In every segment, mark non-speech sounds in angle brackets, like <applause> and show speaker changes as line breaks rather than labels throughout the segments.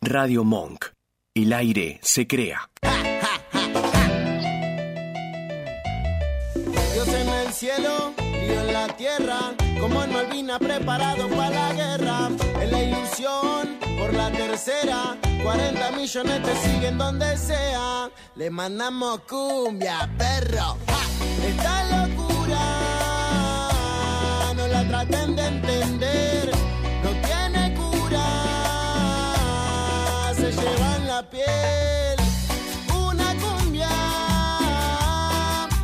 Radio Monk. El aire se crea.
Dios en el cielo, Dios en la tierra, como en Malvina preparado para la guerra. En la ilusión, por la tercera, 40 millones te siguen donde sea. Le mandamos cumbia, perro. ¡Ja! Esta locura, no la traten de entender, no tiene cura, se llevan la piel. Una cumbia,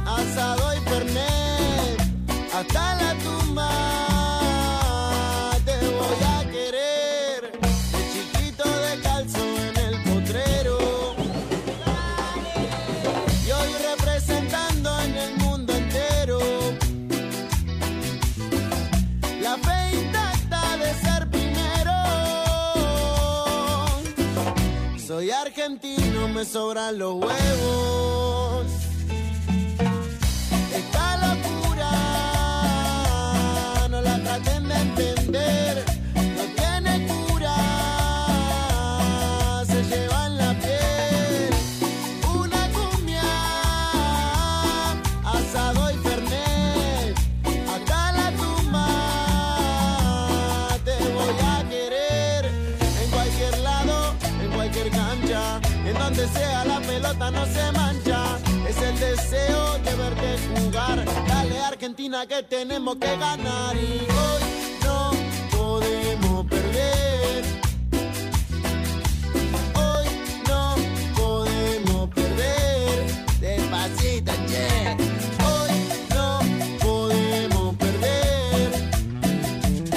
asado y pernet, hasta la tumba te voy a querer. De chiquito de calzo en el potrero. Y hoy representando en el mundo entero. La fe intacta de ser primero. Soy argentino, me sobran los huevos. Esta locura no la traten de entender. No tiene cura, se llevan la piel. Una cumbia, asado y fernet. Hasta la tumba te voy a querer. En cualquier lado, en cualquier cancha, en donde sea la pelota no se mancha. Es el deseo de verte jugar. Dale Argentina que tenemos que ganar y hoy no podemos perder. Hoy no podemos perder. Despacita, che. Hoy no podemos perder.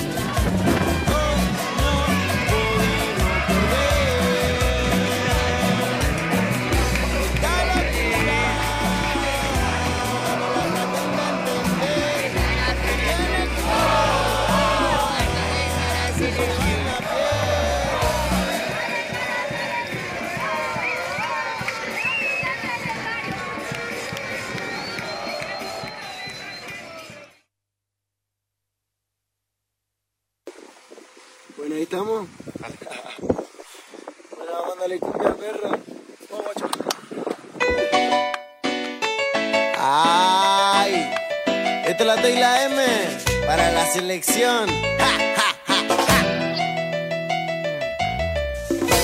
Hoy no podemos perder. Está la cura. No la traten de entender. Tiene cura. Se llevan la piel. Bueno, ahí estamos. Bueno, mándale cumbia, perro. Vamos, guacho. ¡Ay! Esta es la T y la M para la selección. Ja, ja, ja, ja.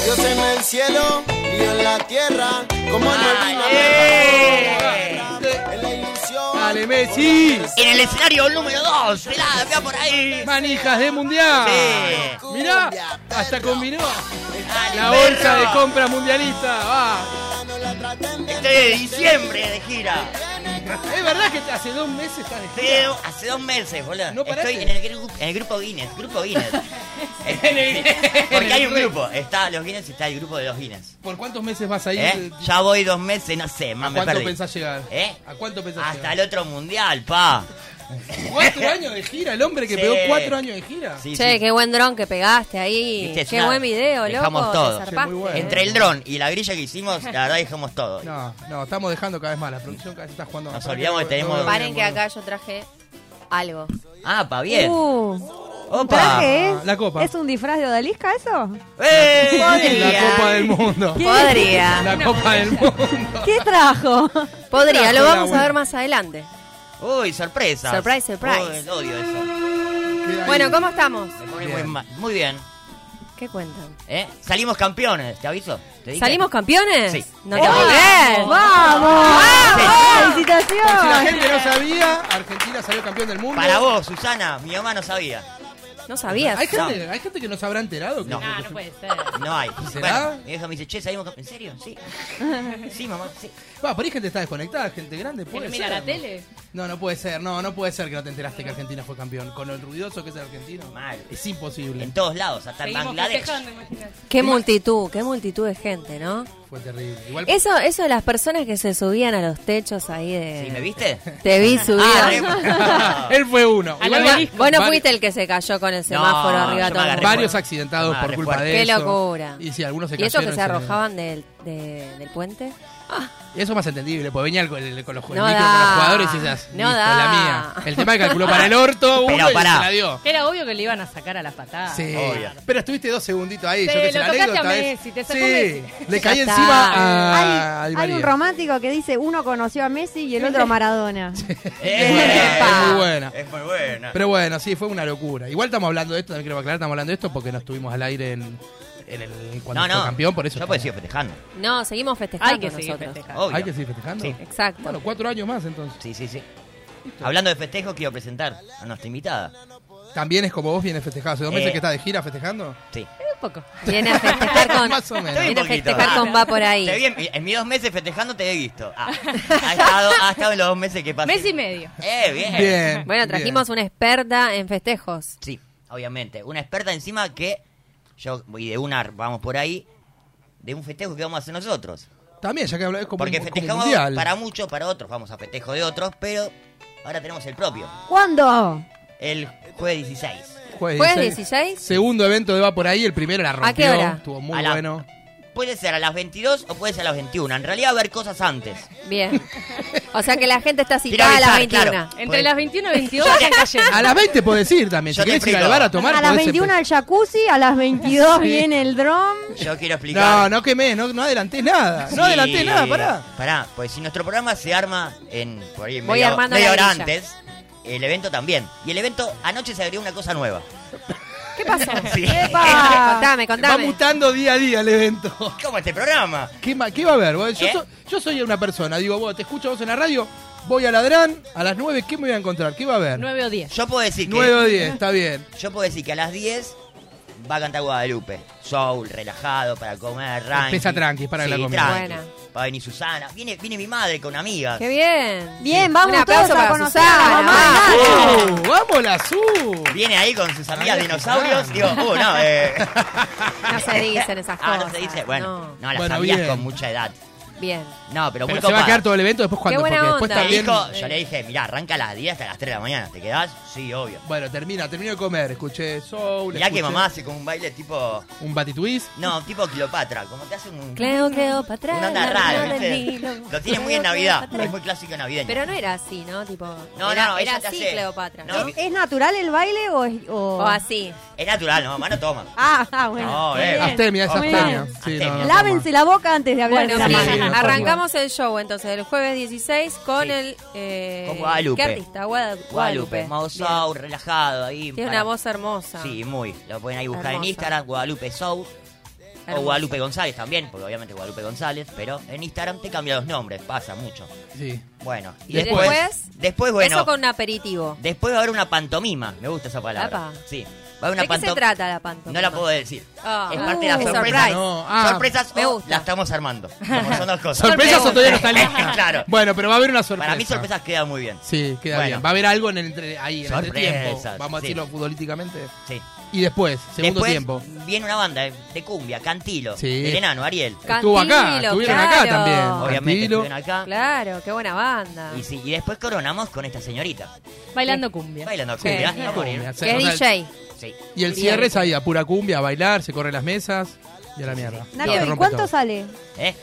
Dios en el cielo, y en la tierra, como en Malvinas, preparado en la ilusión.
Dale, Messi.
En el escenario número 2, pelada, vea por ahí.
Manijas de mundial.
Sí.
Mirá,
Cumbia,
hasta
perro.
combinó
Dale,
la bolsa
perro.
de compra mundialista. Va.
No la traten de
Este de diciembre de gira.
Es verdad que hace dos meses estás de
Hace,
gira.
hace dos meses, boludo.
No paraste.
Estoy en el, gru- en el grupo Guinness, grupo Guinness.
<laughs> En el- en
Porque hay
el
un
re-
grupo, está los Guinness y está el grupo de los Guinness.
¿Por cuántos meses vas a ir?
¿Eh? Ya voy dos meses, no sé,
¿A
más me
cuánto
perdí.
pensás llegar?
¿Eh?
¿A cuánto pensás
Hasta
llegar?
el otro mundial, pa.
Cuatro años de gira, el hombre que
Sí.
pegó cuatro años de gira.
Sí,
Che,
sí.
qué buen dron que pegaste ahí.
Viste, es
qué
una-
buen video, loco.
dejamos
te
todo. Che,
zarpaste,
muy bueno.
eh.
Entre el dron y la grilla que hicimos, la verdad dejamos todo.
No, no, estamos dejando cada vez más. La producción cada vez está jugando más.
Nos olvidamos que tenemos-
No, no, no,
Paren que
no, no.
acá yo traje algo.
Ah, pa, bien.
Uh,
Opa.
traje
Ah,
es.
la copa.
¿Es un disfraz de odalisca eso?
¡Eh!
La
Podría.
Copa del Mundo.
Podría.
La Copa del Mundo.
¿Qué
<laughs>
trajo?
Podría, lo
Trajo la
vamos a
buena.
ver más adelante.
Uy, sorpresa.
Surprise, surprise.
Uy, odio eso.
Bueno, ¿cómo estamos?
Me pone muy, mal. Muy bien.
¿Qué cuentan?
¿Eh? Salimos campeones, ¿te aviso? ¿Te dije?
¿Salimos campeones?
Sí.
No te puedo creer.
¡Vamos!
Si la
¡Felicitaciones!
gente no sabía, Argentina salió campeón del mundo.
Para vos, Susana, mi mamá no sabía.
No sabías.
Hay gente, hay gente que nos habrá enterado. que-
No.
No, no puede ser.
No hay.
¿Será?
Bueno, mi vieja me dice, che, salimos campeones. ¿En serio?
<laughs>
Sí. Sí, mamá, sí.
Va, por ahí gente está desconectada, gente grande.
¿Que
Puede
no
ser,
mira la
¿no?
tele?
No, no puede ser, no, no puede ser que no te enteraste que Argentina fue campeón. Con el ruidoso que es el argentino.
Mal.
Es imposible.
En todos lados, hasta en
Seguimos
Bangladesh.
festejando, imagínate.
Qué multitud, qué multitud de gente, ¿no?
Fue terrible. Igual
Eso, eso de las personas que se subían a los techos ahí de.
¿Sí, me
<laughs>
viste?
Te vi
Ah, re-
subida.
<laughs> él fue uno.
Al
Igual
Vos-
obelisco.
Vos no
Vari-
fuiste el que se cayó con el semáforo
No,
arriba
yo me
todo el
agarré
mundo.
Varios accidentados
Ah,
por culpa
recuerdo.
de
Qué
eso.
locura.
Y sí, algunos se
¿Y eso
cayeron
que
y
se arrojaban del, de- del puente?
Eso es más entendible, pues venía el- el- con los, el
No
micro,
da.
con los jugadores y esas.
No
"Listo,
da.
la mía. El tema que calculó para el orto, uno
Pero
y
pará.
se la dio.
Era obvio que le iban a sacar a la patada.
Sí.
Obvio.
Pero estuviste dos segunditos ahí.
Sí,
yo qué sé,
lo
la
tocaste
anécdota
a
es-
Messi, te sacó
Sí,
Messi.
Le caí
Ya está.
encima a, a Di
Hay, hay un
María.
romántico que dice uno conoció a Messi y el otro a Maradona.
Es muy buena, es muy
<laughs>
buena.
Es muy buena.
Pero bueno, sí, fue una locura. Igual estamos hablando de esto, también quiero aclarar, estamos hablando de esto porque no estuvimos al aire en, en el cuando
no,
fue
no.
campeón, por eso.
Yo
estamos-
pues sigo festejando.
No, seguimos festejando
Hay que seguir
nosotros.
festejando.
Obvio.
Hay que seguir festejando.
Sí.
Exacto.
Bueno, cuatro años más entonces.
Sí, sí, sí. Hablando de festejos, quiero presentar a nuestra invitada.
También es como vos vienes festejado. ¿Hace dos meses
Eh.
que estás de gira festejando?
Sí.
Un poco.
<laughs>
Viene a festejar con.
Más o menos.
Estoy un
Viene a
poquito.
festejar con va por ahí.
Te vi en, en mis dos meses festejando, te he visto. Ah, ha, estado, ha estado en los dos meses que pasé.
Mes y medio.
Eh, bien.
Bien.
Bueno, trajimos una experta en festejos.
Sí, obviamente. Una experta encima que yo, y de una, vamos por ahí, de un festejo que vamos a hacer nosotros.
un. También, ya que hablamos, es como,
Porque
un- como
festejamos
mundial.
para muchos, para otros, vamos a festejo de otros, pero ahora tenemos el propio,
¿Cuándo?
el jueves 16.
Jueves
¿Jueves
16.
16?
Segundo evento de Va por ahí, el primero la rompió.
qué hora?
Estuvo muy
A la-
bueno.
Puede ser a las 22 o puede ser a las 21. En realidad va a haber cosas antes.
Bien. O sea que la gente está
Quiero
citada a las
avisar,
21.
claro.
Entre
Podés-
las 21 y 22 vayan cayendo.
A las 20 podés ir también.
Yo
si
te
querés ir al
explico.
bar a tomar,
a las
podés
21
empe-
al jacuzzi, a
<laughs>
las 22 viene
<laughs>
el dron.
Yo quiero explicar.
No, no quemés, no, no adelantés nada.
Sí.
No adelantés nada, pará.
Pará, pues si nuestro programa se arma en por ahí
Voy
media,
armando
media
la
hora
grilla.
antes, el evento también. Y el evento anoche se agregó una cosa nueva.
¿Qué pasó?
<laughs> Sí. Ah,
Contame,
Va
contame.
mutando día a día el evento.
¿Cómo este programa?
¿Qué, ma- qué va a haber? vos? Yo,
¿Eh?
so- yo soy una persona, digo, vos te escucho vos en la radio, voy a Ladrán, a las 9, ¿qué me voy a encontrar? ¿Qué va a haber?
9 o 10.
Yo puedo decir que
9 o 10, está bien.
yo puedo decir que a las 10 va a cantar Guadalupe. Soul, relajado, para comer, ranch.
Empieza tranqui, para la comida.
Buena.
Va a venir Susana. Viene, viene mi madre con amigas.
Qué bien.
Bien,
Un
vamos
aplauso
todos a
para
conocer a
Susana. Ah,
la mamá.
¡Uh! ¡Vamos la su!
Viene ahí con sus amigas
Ay,
dinosaurios.
Susana.
Digo, uh, no, eh.
No se <laughs> dicen esas
Ah,
cosas.
no se dice. Bueno, no, las
Bueno,
amigas
bien.
con mucha edad.
No. Bien.
No, pero, muy
Pero se va a
copada.
quedar todo el evento después cuando
buena
porque después
onda.
Me
también.
dijo- yo le dije, mirá, arranca a las 10 hasta las 3 de la mañana. ¿Te quedás? Sí, obvio.
Bueno, termina, termino de comer, escuché Soul.
Mirá que
escuché
mamá hace como un baile tipo.
Un batituis.
No, tipo Cleopatra. Como que hace un.
Cleo, Cleo, para atrás.
una onda
la
rara,
mano del
¿viste?
Nilo.
Lo tiene muy
Cleo,
en
Cleo,
Navidad.
para atrás.
Es muy clásico navideño.
Pero no era así, ¿no? Tipo,
No,
era,
no,
era
ella te
así
hace-
Cleopatra.
No.
¿Es, es natural el baile o es.? o-
uh. O así.
Es natural, no, mamá no toma.
Ah, ah, bueno.
No,
Muy
eh.
bien.
Astemia, es
Muy
astemia.
bien.
Sí,
Astemia.
no, no,
Lávense la boca antes de hablar
Bueno,
de la
sí,
mamá. Sí, no,
mano.
arrancamos el show entonces el jueves 16 con
Sí.
el. Eh,
Con Guadalupe.
¿Qué artista? Guada-
Guadalupe,
Guadalupe.
modo
Bien.
Soul, relajado ahí.
Tiene
para-
una voz hermosa.
Sí, muy. Lo pueden ahí buscar en
Hermosa.
Instagram, Guadalupe Soul.
Hermosa.
O Guadalupe González también, porque obviamente Guadalupe González, pero en Instagram te cambia los nombres, pasa mucho.
Sí.
Bueno, y,
¿Y
después,
después?
después, bueno,
Eso con un aperitivo.
después va a haber una pantomima, me gusta esa palabra.
Apa.
Sí, va a haber una
¿De qué se
pantomima.
trata la pantomima?
No la puedo decir.
Ah.
es parte de las
Uh,
sorpresas.
surprise.
No, ah.
sorpresas
Me
o
gusta.
la estamos
<laughs>
armando. Como son dos cosas.
¿Sorpresas o todavía no está lista?
<laughs> claro.
Bueno, pero va a haber una sorpresa.
Para mí sorpresas queda muy bien.
Sí, queda
Bueno.
bien. Va a haber algo en el entre, ahí, en el tiempo.
Sorpresas,
Vamos a
sí.
decirlo futbolísticamente.
Sí.
Y después, segundo
Después
tiempo.
Viene una banda eh, de cumbia, Cantilo,
Sí.
el enano, Ariel.
Ca-
Estuvo acá,
Cantilo,
estuvieron
claro.
acá también.
Obviamente
Cantilo.
estuvieron acá.
Ah, Claro, qué buena banda.
Y, sí, y después coronamos con esta señorita.
Bailando cumbia.
Bailando
Sí.
cumbia.
Sí.
a morir.
que es
O sea,
DJ.
Sí.
Y el
Bien.
cierre es ahí, a pura cumbia, a bailar, se corren las mesas y a la mierda.
Nacho,
Se
¿y
rompe
cuánto
todo.
sale?
¿Eh?
cuánto sale?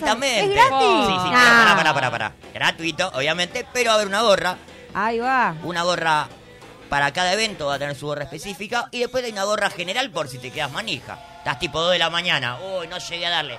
Gratuitamente.
¿Es gratis?
Sí, sí,
Ah.
pará, pará, pará, pará. Gratuito, obviamente, pero va a haber una gorra.
Ahí va.
Una gorra para cada evento va a tener su gorra específica. Y después hay una gorra general por si te quedas manija. Estás tipo 2 de la mañana. Uy, no llegué a darle.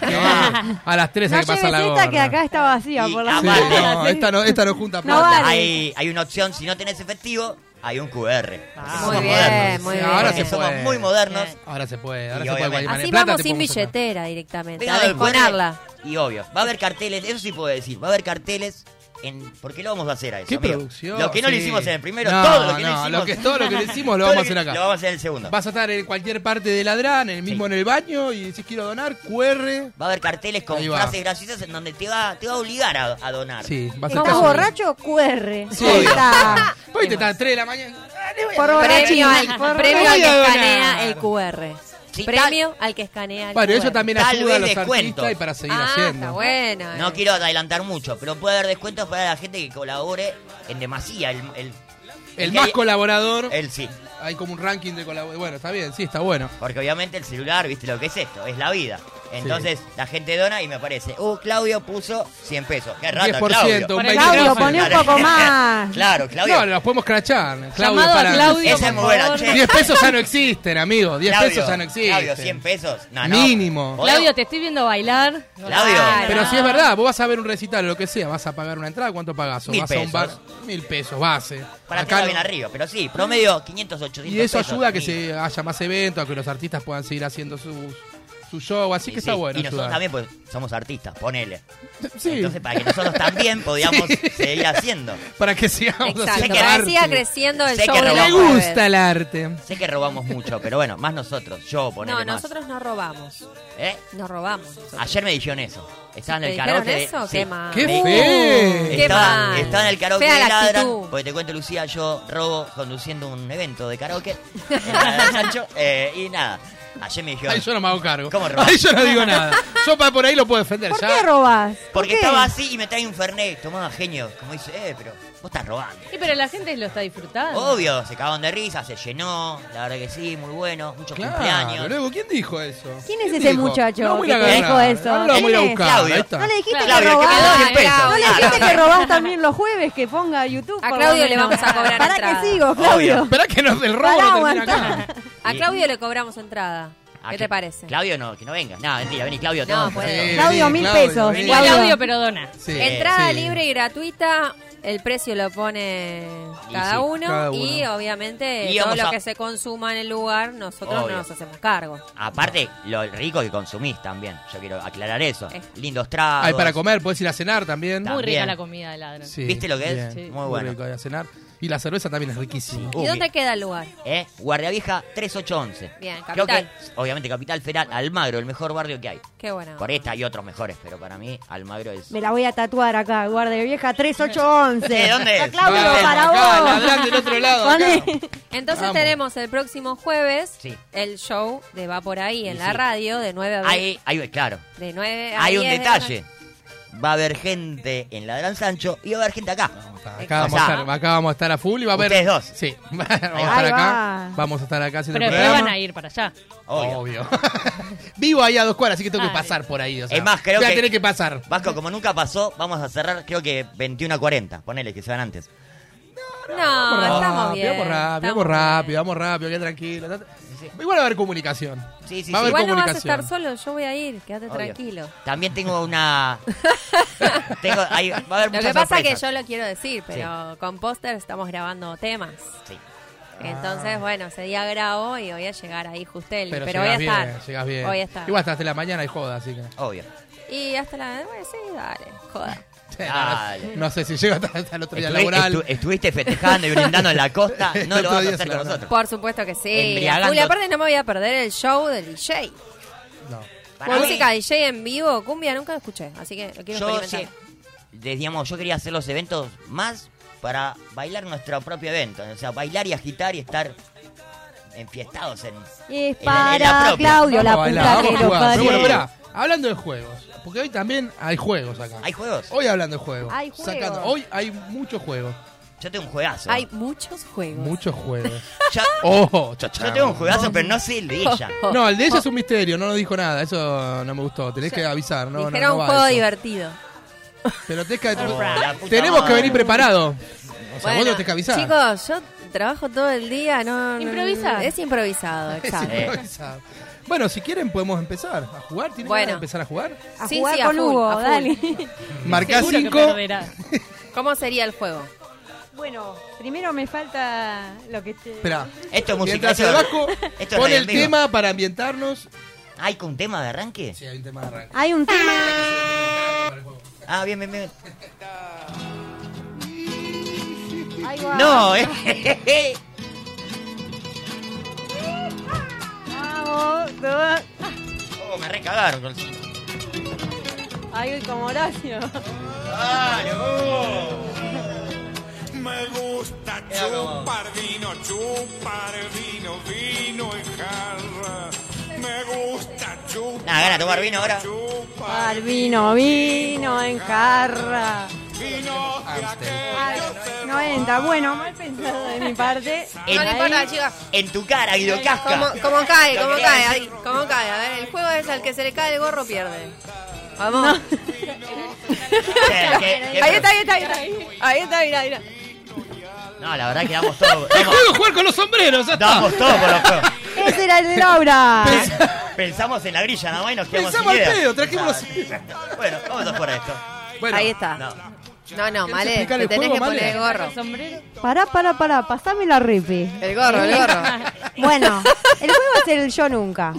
No, a las 3
No
hay que pasar
lleves
la
esta
gorra.
que acá está vacía
Y
por la
Sí,
aparte-
no, esta no, esta no junta
No
plata.
vale.
Hay, hay una opción, si no tenés efectivo, hay un QR. Porque
Ah, muy
somos
bien,
modernos.
muy
Sí,
bien.
ahora se
Porque somos
puede.
muy modernos.
Bien.
Ahora se puede, ahora
Y
se puede.
obviamente-
Guaymallén.
Así
Plata
vamos
te
sin
podemos sacar.
billetera directamente,
Pegado
a
al QR,
desconarla.
Y obvio, va a haber carteles, eso sí puedo decir, va a haber carteles en ¿Por qué lo vamos a hacer a eso?
¿Qué
amigo?
producción?
Lo que no lo
sí.
hicimos en el primero,
No,
todo lo que no,
no,
hicimos.
Lo que, todo lo que lo hicimos
<laughs>
lo
todo
vamos a
que-
hacer acá.
Lo vamos a hacer en el segundo.
Vas a estar en cualquier parte de Ladrán, en el mismo en el baño, y decís quiero donar, QR.
Va a haber carteles con
Ahí va.
frases graciosas en donde te va, te va a obligar a, a donar.
Sí, vas a
¿Estás
estar.
borracho? QR.
Sí.
Ahí está.
Hoy te estás 3 de la mañana.
Por
Premio al,
borrachín. Por
premio
Voy
al que
a donar.
escanea el QR.
Sí,
premio al que escanea el
Bueno,
QR.
eso también
Tal
ayuda a
vez
los
descuentos.
artistas y para seguir
ah,
haciendo.
Está bueno.
No
eh.
quiero adelantar mucho, pero puede haber descuentos para la gente que colabore en demasía. El, el,
El
que
más
hay-
colaborador,
El sí.
hay como un ranking de colaboradores. Bueno, está bien, sí, está bueno.
Porque obviamente el celular, viste lo que es esto, es la vida. Entonces la gente dona y me aparece, uh, Claudio puso 100 pesos. Qué rata,
10%,
Claudio.
un
Claudio,
20%.
poné un poco más.
claro, Claudio.
No, los podemos crachar. Claudio,
Llamado a
para.
Claudio,
Esa es muy
por
buena,
favor.
che.
10 pesos ya no existen, amigo. 10
Claudio,
pesos ya no existen.
Claudio, 100 pesos. No, no.
Mínimo.
Podemos-
Claudio, te estoy viendo bailar.
Claudio.
Claro.
Pero si es verdad, vos vas a ver un recital o lo que sea, vas a pagar una entrada, ¿cuánto pagás? O
Mil
vas a un
pesos.
bar, mil pesos, base.
Para ti
Acá
va
no-
bien arriba, pero sí, promedio 500, 800
y eso
pesos,
ayuda a que
mínimo.
se haya más eventos, a que los artistas puedan seguir haciendo sus su show, así
Sí,
que
sí.
está bueno.
Y nosotros
ayudar.
también, pues, somos artistas, ponele.
Sí,
Entonces, para que nosotros
<laughs>
también podíamos seguir haciendo.
para que sigamos
Exacto.
haciendo
Sé que
Para que siga
arte.
creciendo el
Sé
show
que
de
no
los
Me
vamos
jueves.
gusta el arte.
Sé que robamos mucho, pero bueno, más nosotros. Yo, ponele
No,
más. Ah,
nosotros no robamos.
¿Eh?
No robamos. nosotros.
Ayer me dijeron eso. Estaba en
¿Te
el
dijeron
karaoke. de-
eso?
sí.
Qué mal.
¡Qué
Me-
feo!
Qué
Estaba,
mal.
estaba en el karaoke
Fea
de
la
Ladran,
actitud.
porque te cuento, Lucía, yo robo conduciendo un evento de karaoke en la
<laughs>
de Sancho, eh, y nada. Ayer me dijeron,
Ahí yo no me hago cargo. <laughs>
¿Cómo robás?
Ahí yo no digo
<laughs>
nada. Yo para por ahí lo puedo defender.
¿Por
ya.
qué robás? ¿Por
porque
qué?
estaba así y me trae un Fernet, tomaba genio. Como dice, eh, pero vos estás robando.
Sí, pero la gente lo está disfrutando.
Obvio, se cagaron de risa, se llenó, la verdad que sí, muy bueno, muchos
Claro,
cumpleaños.
luego, ¿quién dijo eso?
¿Quién es ese muchacho
No voy a
que te dijo
agarrar.
eso?
Ahora lo voy a
¿Quién es?
buscar.
Claudio.
Ahí está.
¿No le dijiste
Claro,
que
el que me
robás?
dio 100 pesos.
¿No le
Claro.
dijiste que robás también los jueves que ponga YouTube?
A
por lo
Claudio le
menos?
vamos a cobrar
¿Para
entrada.
que sigo, Claudio?
Esperá que nos del robo
Pará,
no termina
aguantá.
acá.
A Claudio le cobramos entrada.
Ah,
¿Qué
que-
te parece?
Claudio no, que no venga. No, mentira, vení Claudio, te
No,
vamos a
puede.
poner-
Sí,
Claudio,
vení,
mil pesos.
vení.
Vení
Claudio.
Claudio, pero dona.
Sí,
Entrada
sí.
libre y gratuita. El precio lo pone
Y sí,
cada, uno,
cada
y
uno.
obviamente
Y
todo
vamos
lo
a-
que se consuma en el lugar nosotros
Obvio.
no nos hacemos cargo.
Aparte, lo rico que consumís también. Yo quiero aclarar eso.
Eh.
Lindos tragos.
Hay para comer, puedes ir a cenar también.
Ta-
Muy
También.
rica la comida de ladrón.
Sí,
¿Viste lo que es?
bien,
Sí.
Muy bueno.
rico, ir a cenar. Y la cerveza también es riquísima.
Uh,
¿Y dónde
bien.
queda el lugar?
¿Eh? Guardia Vieja 3811.
Bien,
Creo que,
capital.
obviamente, Capital Federal, Almagro, el mejor barrio que hay.
Qué bueno.
Coreta hay otros mejores, pero para mí, Almagro es.
Me la voy a tatuar acá, guardia vieja 3811.
¿De dónde es?
Está Claudio,
Vamos,
para
acá,
vos.
ladrán del otro lado, acá.
Poné.
Entonces
Vamos.
tenemos el próximo jueves
Sí.
el show de Va por ahí en
Y sí.
la radio de 9 a 10.
Ahí, ahí, claro.
de 9 a
Hay un
10 de la
detalle.
noche.
Va a haber gente en la Gran Sancho y va a haber gente acá.
Acá vamos, a
Exacto.
estar, acá vamos a estar a full y va a haber.
Ustedes dos.
Sí, <laughs> vamos a estar
Ahí
acá.
va.
Vamos a estar acá haciendo
Pero
el
después
programa.
van a ir para allá.
Obvio.
Obvio. <laughs> Vivo ahí a dos cuadras, así que tengo que
Claro.
pasar por ahí. O sea,
Es más, creo
voy
que-
a tener que pasar.
Vasco, como nunca pasó, vamos a cerrar, creo que 21 a 40. Ponele que se van antes.
No, estamos
rápido,
bien.
Vamos rápido,
estamos
vamos rápido,
bien.
vamos rápido, quedá tranquilo. Igual va a haber comunicación.
Sí, sí,
va a
sí.
haber
Igual no vas a
comunicación.
estar solo, yo voy a ir, quédate
Obvio.
tranquilo.
También tengo
<laughs>
una. tengo, ahí va a haber
Lo
muchas
que pasa es que
sorpresas.
yo lo quiero decir, pero con póster estamos grabando temas.
Sí.
Ah.
Entonces, bueno, ese día grabo y voy a llegar ahí justel. Pero, voy a
llegás
estar.
bien, llegás bien.
Voy a estar.
Igual hasta la mañana y joda, así que. <laughs>
Obvio.
Y hasta la... eh, Bueno, sí, dale, joda.
Dale.
No sé si llego hasta, hasta el otro día
Estuvi-
laboral.
estu- estuviste festejando y brindando en la costa, no
<laughs> El
lo
otro
vas a
día
hacer
se
con
lo-
nosotros.
Por supuesto que sí.
Embriagando.
Julia, aparte no me voy a perder el show del DJ.
No.
Para mí,
música DJ en vivo, cumbia, nunca lo escuché. Así que lo quiero
yo,
experimentar.
sí, de- digamos, yo quería hacer los eventos más para bailar nuestro propio evento. O sea, bailar y agitar y estar enfiestados en.
Es
En la- en la
para
propia.
Claudio, la
Vamos a bailar,
puta
vamos
que
a
lo
jugar. Pero bueno,
parió.
pará, hablando de juegos, porque hoy también hay juegos acá.
¿Hay juegos?
Hoy hablando de juegos.
Hay juegos.
hoy hay muchos juegos.
Yo tengo un juegazo.
Hay muchos juegos.
Muchos
<laughs>
juegos.
Yo,
Ojo,
yo
chachao.
tengo un juegazo, pero no sé el de ella.
Oh.
No, el de ella es un misterio, no nos dijo nada, eso no me gustó. Tenés que avisar, no, no,
Dijera
no
un
va
juego
eso.
divertido.
Pero tenés que.
Oh, la puta
Tenemos que
madre.
venir preparados. O sea, vos no tenés que avisar. <laughs>
Chicos, yo trabajo todo el día, no. no-
Improvisar.
<laughs>
es improvisado,
Es
exacto.
improvisado. Bueno, si quieren podemos empezar a jugar. ¿Tienen
Bueno.
ganas de empezar a jugar?
A
Sí,
jugar
sí, a
con
full, a
Hugo,
full.
dale.
Mm.
Marcá
Seguro que
5.
perderá.
¿Cómo sería el juego?
<laughs> Bueno, primero me falta lo que te...
Espera.
Esto es música.
Mientras el Vasco
Esto es
pone
radio
el
en vivo.
tema para ambientarnos.
¿Hay con un tema de arranque?
Sí, hay un tema de arranque.
Hay un tema...
Ah, bien, bien, bien.
Ahí va.
No,
Ah.
eh.
Vamos, dos.
<laughs> Oh, me recagaron con el
Ahí como Horacio.
Me gusta chupar vino, chupar vino, vino en jarra. Me gusta chupar.
Nah, gana tomar vino ahora.
Chupar
Al vino, vino en jarra.
vecinos de aquel.
Ay, 90, bueno, mal pensado de mi parte.
En-
Eh.
No le importa, chicas.
En tu cara, Guido
Como,
Casca.
como cae, como
Lo que
cae,
quería
ahí, como cae. A ver, el juego es al que se le cae el gorro pierde. Vamos. <laughs>
Che, qué- qué-
Ahí está, ahí está, ahí está. Ahí está, mira, mira.
No, la verdad que damos todo.
¡El <laughs>
Damos,
juego jugar con los sombreros! ya está. <laughs>
damos todo ¿Eh? por los juegos.
Ese era el de Laura.
Pensamos en la grilla nada más y nos quedamos
Pensamos
sin
al
idea.
pedo, trajimos los...
Bueno, vamos a por esto.
Bueno,
Ahí está.
No.
No, no,
¿Querés
Male,
explicar
te
el
tenés
juego,
que
Male?
poner el gorro.
sombrero?
Pará, pará, pará, pasame la ripi.
El gorro, el gorro.
Bueno, el juego es el yo nunca.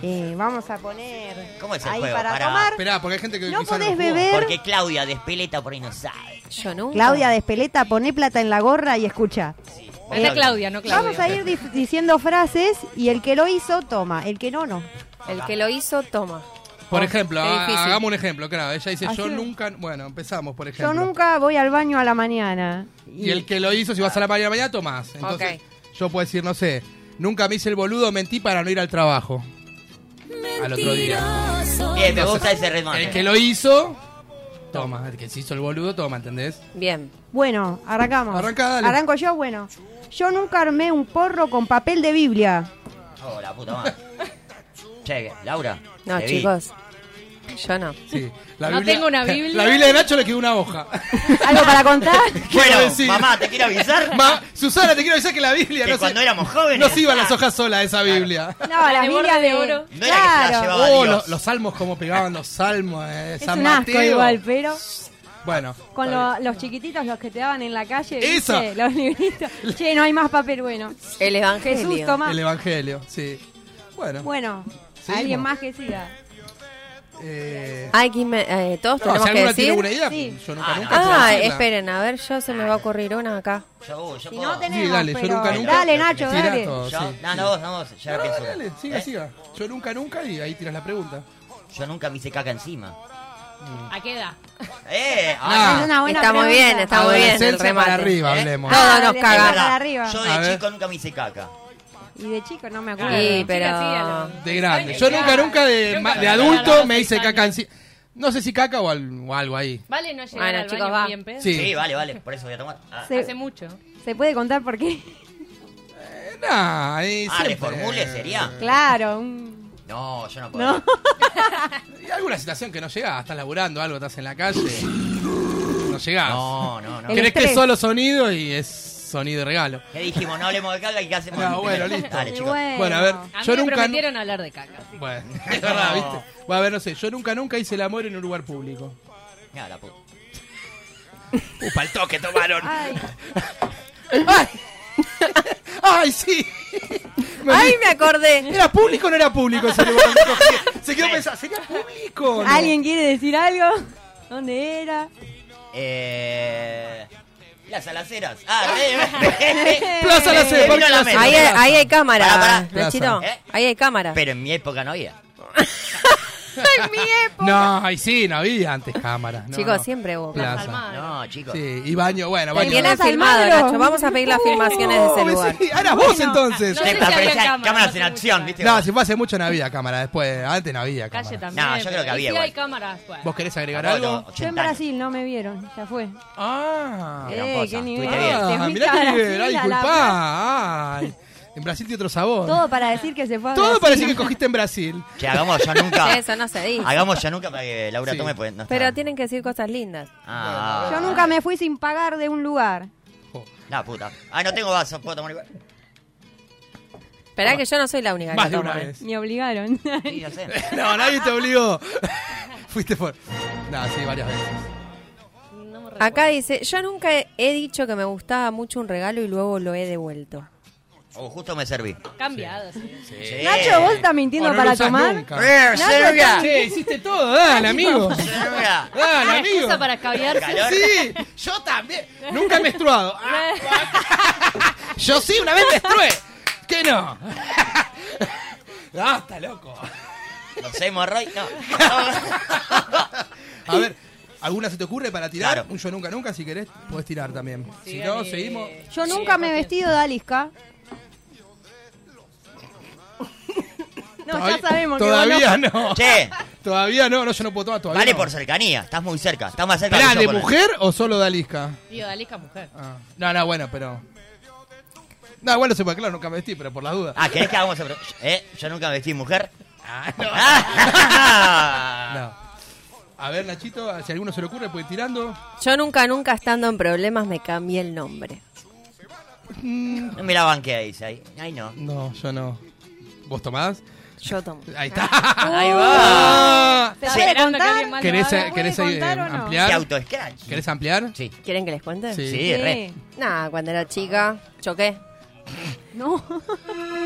Eh, vamos a poner
¿Cómo es el
ahí
juego?
para,
Pará.
tomar.
Esperá, porque hay gente que
No
quizá
podés
jugó.
beber.
Porque Claudia de Espeleta por ahí no sabe.
Yo nunca.
Claudia Despeleta, poné plata en la gorra y escucha.
<laughs> Es de Claudia, no Claudia.
Vamos a ir dif- diciendo frases y el que lo hizo toma, el que no no.
El que lo hizo, toma.
Por ejemplo,
Qué
ha-
difícil.
hagamos un ejemplo, claro. Ella dice, yo
Así.
nunca... Bueno, empezamos, por
Yo
ejemplo.
nunca voy al baño a la mañana.
Y el que lo hizo, si vas a la mañana, mañana tomás. Entonces, yo puedo decir, no sé, nunca me hice el boludo, mentí para no ir al trabajo. Al otro día.
Bien, me gusta ese remate.
El que lo hizo, toma. El que se hizo el boludo, toma, ¿entendés?
Bien.
Bueno, arrancamos.
Arranca, dale.
Arranco yo, bueno. Yo nunca armé un porro con papel de Biblia.
Oh, la puta madre. Che, Laura.
No,
te vi.
chicos. Yo no.
Sí. La
No tengo una Biblia.
<laughs> La Biblia de Nacho le quedó
<laughs>
una hoja.
¿Algo para contar?
Bueno,
Quiero decir-
mamá, te quiero
<laughs>
avisar
Ma- Susana, te quiero decir que la Biblia
que
no
cuando
se,
éramos jóvenes. Ah,
no se iba a las hojas sola esa Biblia.
No, la
De
Biblia
borde
de
de oro.
No era que se la llevaba
Oh,
Dios.
lo- los salmos, cómo pegaban los salmos. Eh.
Es
San
un asco
Mateo.
igual, pero
Bueno.
con
está
lo- los chiquititos, los que te daban en la calle,
Esa.
¿viste? los libritos. Che, no hay más papel bueno.
El evangelio.
Jesús,
bien.
toma.
El Evangelio, sí. Bueno.
Bueno,
Seguimos.
alguien más que siga.
eh,
Ah,
Ay, que me- eh, todos
no,
tenemos
si
que
alguna tiene
decir.
una idea,
Sí.
yo nunca,
Ah,
nunca. puedo
Ah,
decirla.
esperen, a ver, yo se me va a ocurrir una acá.
Yo, yo
Si
puedo.
no tenemos,
Sí, dale, yo
pero-
nunca, nunca.
Dale, Nacho,
Tirá
dale.
todo,
Yo-
sí.
No, no, vos, no, vos. Yo la
No,
pienso.
dale, siga,
¿Eh?
siga. Yo nunca, nunca, y ahí tiras la pregunta.
Yo nunca me hice caca encima.
¿A qué edad?
¡Eh!
Ah.
Es una buena
Está muy
pregunta.
bien, está muy bien el
Adolescencia para
remate.
arriba,
¿Eh?
hablemos.
No, no,
Ah,
nos
de-
caga.
para arriba.
Yo de
A ver.
chico nunca me hice caca.
Y de chico no me acuerdo.
Sí,
Claro,
pero-
sí, a los-
De grande.
Ay,
Yo nunca,
claro.
nunca de,
Nunca
ma- de
me
adulto
regalaron
me hice
seis
caca
años.
encima. No sé si caca o, al- o algo ahí.
Vale no llegar
Bueno,
al
chicos,
baño
va.
muy en pedo.
Sí.
Sí, vale, vale. Por eso voy a tomar. Ah,
Se-
Hace mucho.
¿Se puede contar por qué?
Eh, Nah, ahí
Ah,
siempre.
reformule sería.
Claro, un-
No, yo no puedo.
Y alguna situación que no llegás, estás laburando algo, estás en la calle. No llegás.
No, no, no.
El
Crees que es
estrés.
solo sonido y es sonido de regalo.
¿Qué dijimos? No hablemos de caca y qué hacemos.
No, bueno, listo.
Dale, chicos.
Bueno, a ver,
A mí
yo
me
nunca.
prometieron hablar de caca.
Bueno,
<laughs>
es verdad,
No.
¿viste? Bueno, a ver, no sé, yo nunca, nunca hice el amor en un lugar público.
Ya, la puta.
Upa, el toque tomaron.
Ay,
¡Ay! <laughs> ¡Ay, sí! Me
Ay,
olvidé.
me
<laughs>
acordé.
¿Era público o no era público ese lugar? <laughs> Me cogí. Se quedó pensando, ¿sería público? o no?
¿Alguien quiere decir algo? ¿Dónde era?
Eh. Las alaceras. Ah,
<laughs>
eh,
Plaza la
Me
sede,
vino
Parque
la
la Sede.
mente.
Ahí hay, ahí hay
Pará,
cámara,
pará.
Nachito.
¿Eh?
Ahí hay cámara.
Pero en mi época no había.
en mi época.
No, y sí, no había antes cámaras. no,
Chicos,
no.
siempre hubo cámara.
Plaza.
Almagro.
No, chicos.
Ah, Sí, y baño, bueno,
Te
baño.
tienen
Plaza
filmado,
Almagro.
Nacho. Vamos a pedir las filmaciones de ese
Oh,
lugar.
sí, ahora vos entonces.
No sé
Sí,
si
pero
había
pensá,
cámaras,
cámaras
no
en
sé mucho
acción,
más.
¿viste?
No, si fue hace mucho no había cámara después, antes no había cámara.
Calle también.
No, yo creo que
pero-
había
Y sí hay
igual.
cámaras, pues.
¿Vos querés agregar
No, no,
algo?
Yo
80
en
años.
Brasil, no me vieron, ya fue.
Ah,
Gran
Eh,
cosa,
qué
estuviste
nivel.
bien.
Ah,
Te
mirá que
fuiste a
bien,
Brasil,
ay,
a la
disculpá. Ay, en Brasil tiene otro sabor.
Todo para decir que se fue a
Todo
Brasil.
parece que cogiste en Brasil.
Che, hagamos ya
<laughs>
nunca.
Eso no se dice.
Hagamos ya nunca para que Laura
Sí.
tome, pues no está.
Pero tienen que decir cosas lindas.
Ah,
Yo nunca me fui sin pagar de un lugar.
Oh,
La puta. Ah, no tengo vaso, puedo tomar igual.
Esperá que yo no soy la única
Más
que
de una
toma. eh.
vez.
Me obligaron.
Sí, ya sé.
No, nadie te obligó. <laughs> Fuiste por. No, sí, varias veces.
Acá dice, yo nunca he- he dicho que me gustaba mucho un regalo y luego lo he devuelto.
Oh, justo me serví.
Cambiado, sí.
Sí.
Nacho, ¿vos estás mintiendo
Oh, no lo
para
usás
tomar? Ah,
nunca.
Eh, serga.
Che, hiciste todo, dale, amigo.
Serga.
Dale,
Ah,
amigo.
excusa para escabiarse.
Calor.
Sí, yo también. Nunca he menstruado. Ah, <laughs> yo sí, una vez menstrué. ¿Qué no? <laughs> Ah, está loco.
No sé, morroy. No. <laughs>
A ver, ¿alguna se te ocurre para tirar?
Claro.
Un yo nunca, nunca, si querés, podés tirar también. si no,
dale.
seguimos.
Yo nunca me he vestido de Alisca. No,
Todavía-
ya sabemos que vos
Todavía no.
Che,
Todavía no, no, yo no puedo tomar todavía.
Vale
no.
por cercanía, estás muy cerca, estás más cerca
Pará,
que yo
¿de
por ahí.
mujer o solo de Alisca?
Tío, Dalisca es mujer.
Ah. No, no, bueno, pero. No, bueno, se puede, claro, nunca me vestí, pero por las dudas.
Ah, ¿querés que hagamos otro? ¿Eh? Yo nunca vestí mujer. Ah.
Ah, No. A ver, Nachito, si a alguno se le ocurre, puede ir tirando.
Yo nunca, nunca estando en problemas me cambié el nombre.
<laughs> No me la banqué ahí, ahí. Ay, no.
No, yo no. ¿Vos tomás?
Yo tomo.
Ahí está.
Ah.
<laughs>
Ahí va.
¿Te
Sí.
puede
Esperando que
contar?
alguien más lo
¿Querés,
haga.
eh, querés
¿Puede
eh,
contar o no?
Y
ampliar?
auto-scratch.
¿Querés ampliar?
Sí.
¿Quieren que les cuente?
sí,
Sí.
re.
Nada, cuando era chica, choqué,
No.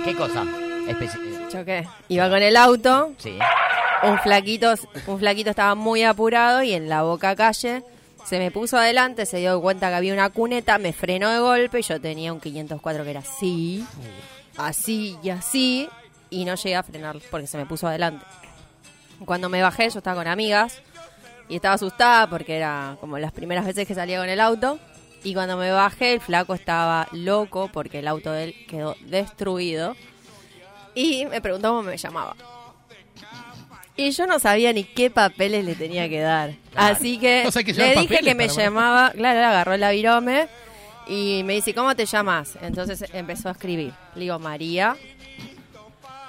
¿Qué cosa? Especi- eh,
choqué. Iba con el auto,
sí. eh.
un flaquito, un flaquito estaba muy apurado y en la boca calle se me puso adelante, se dio cuenta que había una cuneta, me frenó de golpe y yo tenía un 504 que era así, así y así y no llegué a frenar porque se me puso adelante. Cuando me bajé yo estaba con amigas y estaba asustada porque era como las primeras veces que salía con el auto y cuando me bajé el flaco estaba loco porque el auto de él quedó destruido y me preguntó cómo me llamaba. Y yo no sabía ni qué papeles le tenía que dar. Así que
No sé qué
le
llevar
dije
papeles
que me
para-
llamaba, claro, él agarró el virome y me dice, ¿cómo te llamas? Entonces empezó a escribir. Le digo, María,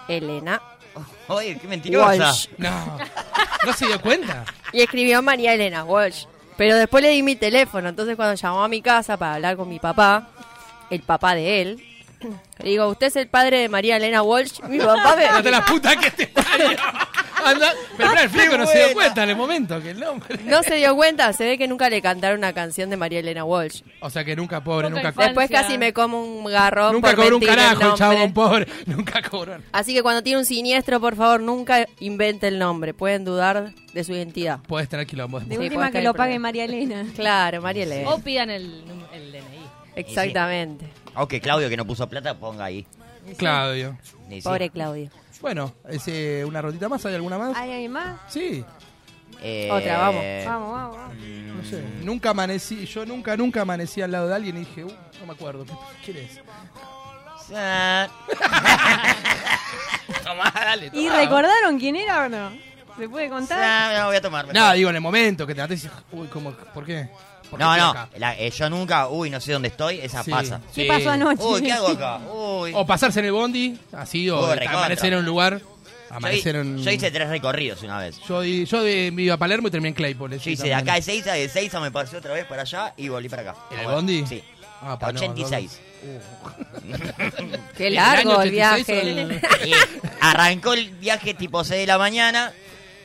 Elena,
<laughs> Oye, qué mentirosa.
Walsh.
No. ¿No se dio
<laughs>
cuenta?
Y escribió María Elena Walsh. Pero después le di mi teléfono. Entonces cuando llamó a mi casa para hablar con mi papá, el papá de él, le digo, ¿usted es el padre de María Elena Walsh?
<laughs>
Mi papá me...
Date la puta que te parió. Anda- Pero pará, el flaco no se dio
buena.
cuenta en el momento que el nombre.
No se dio cuenta, se ve que nunca le cantaron una canción de María Elena Walsh.
O sea que nunca, pobre,
Nunca
nunca,
fue.
Después
Francia.
casi me como un garrón.
nunca
por
cobró un
mentir el
carajo, el
nombre.
chabón, pobre. <laughs> Nunca cobró.
Así que cuando tiene un siniestro, por favor, nunca invente el nombre. Pueden dudar de su identidad.
Podés tener quilombo. después.
De
Sí,
última
puede
que
caer
lo
por
pague
ahí.
María Elena.
Claro, María
Eh.
Elena.
O pidan el, num- el DNI.
Exactamente.
Aunque Claudio, Oh, que no puso plata, ponga ahí.
Claudio.
Ni sí.
Pobre Claudio.
Bueno, es, eh, una rondita más, ¿hay alguna más?
¿Hay alguien más?
Sí,
Eh,
Otra, vamos.
Vamos, vamos, vamos.
no sé. Nunca amanecí, yo nunca, nunca amanecí al lado de alguien y dije, uh, no me acuerdo, <laughs> ¿qué- ¿quién es?
Ah. Tomá, dale.
¿Y
tomá.
recordaron quién era o no? ¿Se puede contar?
Ah, no, voy a tomarme.
No, digo, en el momento que te maté, dices, uy, ¿cómo, ¿por qué? ¿Por qué
no,
estoy
no.
acá?
la- eh, yo nunca, uy, no sé dónde estoy, esa
Sí.
<laughs>
pasa.
¿Qué
Sí.
pasó anoche?
Uy, ¿qué hago acá? Uy.
O pasarse en el bondi, así, o
Oh, recontra.
amanecer en un lugar.
Yo, hi-
Amanecer en...
yo hice tres recorridos una vez.
Yo, di- yo de- me iba a Palermo y terminé en Claypole.
Yo
sí,
hice de
también.
acá de Seiza, de Seiza me pasé otra vez para allá y volví para acá.
¿En el
Bueno,
bondi?
Sí.
Ah,
Hasta
pa, no,
86.
Qué
¿El
largo
año
el
86 o
viaje.
<laughs>
el-
Y arrancó el viaje tipo 6 de la mañana,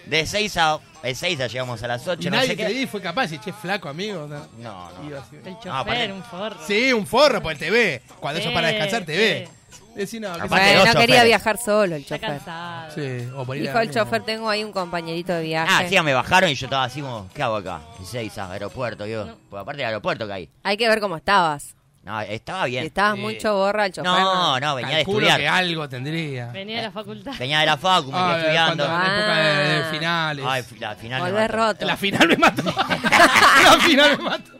de 6 a... De 6 llegamos a las
Y
8, no
nadie
sé
te
qué.
di, fue capaz, y che, flaco, amigo. ¿no?
No, no.
Iba así.
El chofer,
aparte-
un forro.
Sí, un forro, pues, porque te ve. Cuando ellos
Sí,
para descansar, te ve. Decí, no,
Aparte
Bueno,
dos
no quería
choferes.
viajar solo el
Está
chofer.
cansado.
que- Sí, o por ir
Dijo
a-
el chofer, tengo ahí un compañerito de viaje.
Ah, sí, me bajaron y yo estaba así como, ¿qué hago acá? En Seiza, aeropuerto, yo. Pues aparte del aeropuerto caí.
Hay que ver cómo estabas.
No, estaba bien.
Si estabas
Sí.
mucho borra el chofer.
No, no, venía de
Calculo
estudiar.
que algo tendría.
Venía de la facultad.
Venía de la facu, me
Ah,
quedé estudiando.
cuando en la época de, de finales.
Ay, fi- la final. me
Volvés
mató.
roto.
la final
<laughs>
me mató. la final me mató.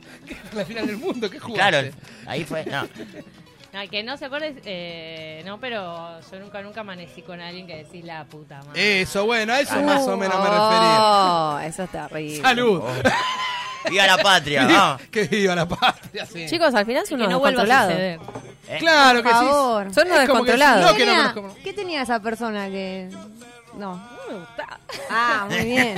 La final del mundo, ¿qué
Claro,
jugaste?
ahí fue. No.
No, el que no se acuerde, eh, no, pero yo nunca, nunca amanecí con alguien que decís la puta madre.
Eso, bueno, a eso
Uh,
<laughs> más o menos me refería.
oh, eso está
<laughs>
horrible.
Salud.
Viva la
<laughs>
patria, vamos.
que viva la patria, sí.
Chicos, al final
Y
son
que
unos
no vuelva a
descontrolados.
suceder.
Eh,
claro que
Por
sí.
favor.
Son unos
Es como que decís,
descontrolados.
No, que no
tenía-
conozco.
¿Qué tenía esa persona que.? No. No me gustaba. Ah, muy bien.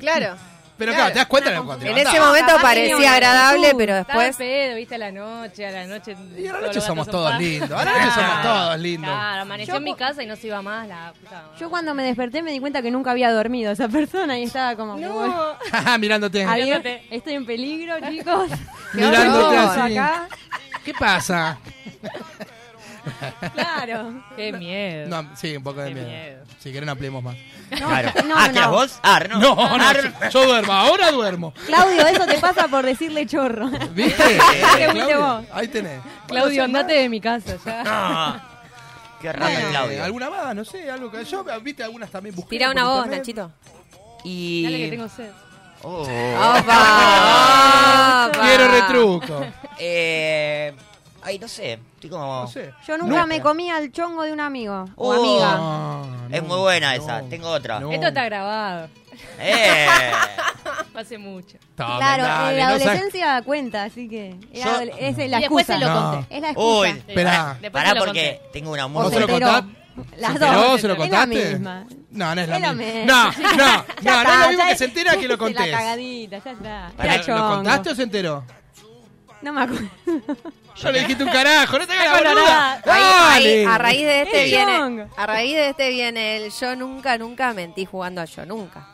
Claro.
Pero claro, te das cuenta de cuando te
En
levantás.
ese momento
Capaz tenía
parecía
una
agradable,
actitud,
pero
Estaba
después...
en pedo, viste, a la noche, a la noche.
Pues- Y a la
todos
noche
los
somos
gatos son
todos
pa-
lindos. A la noche Este somos todos lindos.
Claro, amaneció
Yo
en mi
cu-
casa y no se iba más la puta madre.
Yo cuando me desperté me di cuenta que nunca había dormido esa persona y estaba como. que, bueno,
No.
Ajá, <laughs> Mirándote.
había- estoy en peligro, chicos. ¿Qué
Mirándote
horror.
así.
acá.
¿Qué pasa?
Claro.
Qué miedo.
No, sí, un poco de
Qué
miedo.
miedo.
Si quieren ampliemos más.
Claro.
no,
ah,
no.
¿qué eras vos? Ah, no.
No, no,
Ah,
yo, yo duermo, ahora duermo.
Claudio, eso te pasa por decirle chorro.
<laughs>
¿Viste?
fuiste
Claudio,
vos.
Ahí tenés.
Claudio, andate de mi casa ya.
no. Qué raro,
Eh,
Claudio.
¿Alguna más? No sé, algo que yo, viste, algunas también busqué.
Tira
por
una voz,
internet.
Nachito.
Y.
Dale que tengo sed.
Oh.
<laughs>
¡Opa! ¡Opa!
Quiero retruco.
<laughs> Eh. Ay, no sé. Estoy como.
No sé.
Yo nunca me comía el chongo de un amigo o
Oh.
amiga.
Ah,
es muy buena esa. Tengo otra.
Esto está grabado.
¡Eh!
Hace mucho.
Tome,
Claro,
dale,
en la
no seas-
adolescencia da cuenta, así que. es
Yo-
adole- es la
Y después
excusa.
se lo
No.
conté.
Es la excusa.
Uy,
Esperá.
pará,
Después
pará
se lo
porque
conté.
tengo una
¿Vos
O
muy
se lo
enteró.
contás?
Las
¿Se
dos.
enteró? ¿Se lo
Es la
contaste?
misma.
No, no es la
Es lo
misma.
mismo. <laughs>
No, no, no, no es lo mismo que se entera que lo
conté.
contés.
<laughs> La cagadita, ya está.
Pará,
Era
¿Lo
chongo.
contaste o se enteró?
No
<laughs>
me acuerdo.
Yo le dijiste un carajo,
<laughs>
no te hagas la boluda.
colorada.
Dale.
Ahí- ahí, a raíz de este
Es
viene,
chongo.
a raíz de este viene el yo nunca, nunca mentí jugando a yo nunca.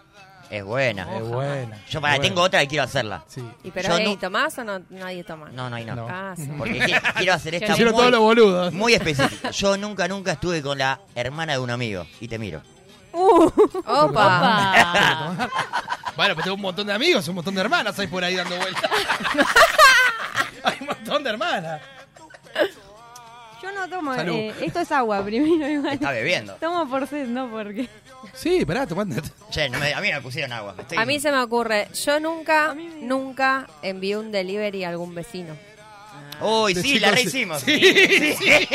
Es buena.
Es buena.
Yo para,
buena.
tengo otra que quiero hacerla.
Sí.
¿Y pero
Yo
ahí
nu-
tomás o no nadie toma?
No, no, ahí no.
No.
Ah, sí. <laughs>
Porque qui- quiero hacer esta
Hicieron todos los
muy,
boludos.
muy específica. Yo nunca, nunca estuve con la hermana de un amigo. Y te miro.
Uh,
Opa.
Ah.
Opa.
Bueno, pues tengo un montón de amigos, un montón de hermanas hay por ahí dando
<laughs>
vueltas. hay un montón de hermanas.
yo no tomo.
Salud.
eh, esto es agua primero. igual.
Está bebiendo.
Tomo por sed, no
<laughs>
porque.
Sí, pará, tomando.
Che, no me- a mí no me pusieron agua. Estoy-
A mí se me ocurre, yo
A
nunca,
mí me-
nunca envié un delivery a algún vecino.
Uy, sí, la rehicimos. Sí, sí.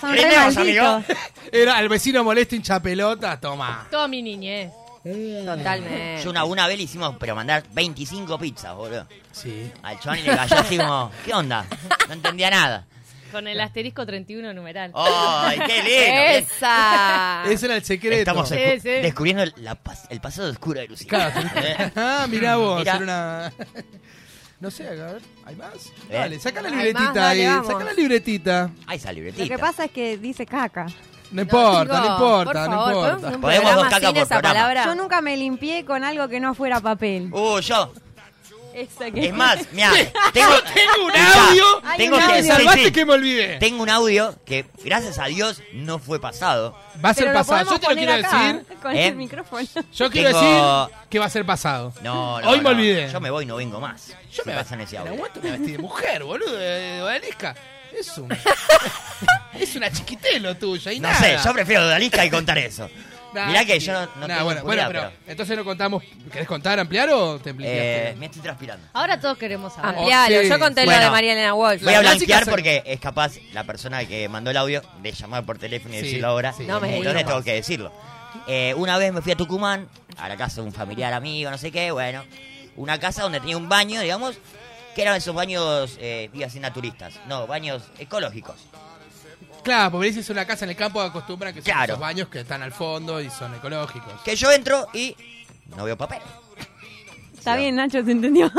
Son re
Rememos,
malditos.
amigo.
Era al vecino molesto hincha pelota, toma.
Toda mi niñez.
Yo
Totalmente.
una, una vez le hicimos, pero mandar 25 pizzas, boludo.
Sí.
Al Johnny le cayó así como, ¿qué onda? No entendía nada.
Con el asterisco 31 numeral.
Oh.
¡Ay, qué lindo!
<laughs>
Esa.
Ah. Ese era el secreto.
Estamos
Sí,
escu-
sí.
descubriendo la pas- el pasado oscuro de Lucía.
<laughs> Claro.
Eh,
ah, mirá vos,
Mirá.
era una. <laughs> No sé, a ver, ¿hay más?
Eh.
Dale, saca la
Hay
libretita
más, dale,
ahí.
vamos.
Saca la libretita.
Ay, esa
Lo que
libretita.
pasa es que dice caca.
No importa, no,
Digo,
importa,
por
no
favor,
importa.
¿podemos un
Podemos
programa
dos cacas
sin
por
esa
programa.
palabra?
Yo nunca me limpié con algo que no fuera papel.
Uh, yo.
Esa que-
Es más, mira,
<laughs>
tengo,
Tengo un
Escuchá,
audio.
Hay
Tengo
un
que
audio.
Me
sí,
salvaste
sí.
que me olvidé.
Tengo un audio que, gracias a Dios, no fue pasado.
Va a ser
Pero lo
pasado. Yo
podemos
te lo
poner
quiero
acá,
decir.
Con
¿Eh?
el micrófono. <laughs>
Yo quiero
Tengo-
decir que va a ser pasado.
No, no.
Hoy me
no.
olvidé.
Yo me voy y no vengo más. Yo me pasan ese
Me
audio.
aguanto me vestí de mujer, boludo, de, de odalisca. Es <laughs> un. es una chiquitelo tuya y
No
nada.
sé, yo prefiero Dalisca y contar eso.
<laughs> Nah,
Mirá que
sí.
yo no, no
Nah,
tengo
bueno, bueno,
impunidad,
pero,
pero,
entonces no contamos. ¿Querés contar, ampliar o te
eh,
ampliaste?
me estoy transpirando.
Ahora todos queremos saber.
Ah,
Amplialo,
Oh, sí.
Ah, yo conté lo
Bueno.
de María Elena Walsh.
Voy a
La clásica
blanquear
se-
porque es capaz la persona que mandó el audio de llamar por teléfono y
Sí,
decirlo ahora.
sí.
No me
Entonces
digas.
tengo que decirlo. Eh, una vez me fui a Tucumán, a la casa de un familiar amigo, no sé qué, bueno. Una casa donde tenía un baño, digamos, que eran esos baños, eh, iba a decir naturistas, no, baños ecológicos.
Claro, porque dices una casa en el campo acostumbran que son
Claro.
esos baños que están al fondo y son ecológicos.
Que yo entro y no veo papel.
Está bien, Nacho, ¿se entendió?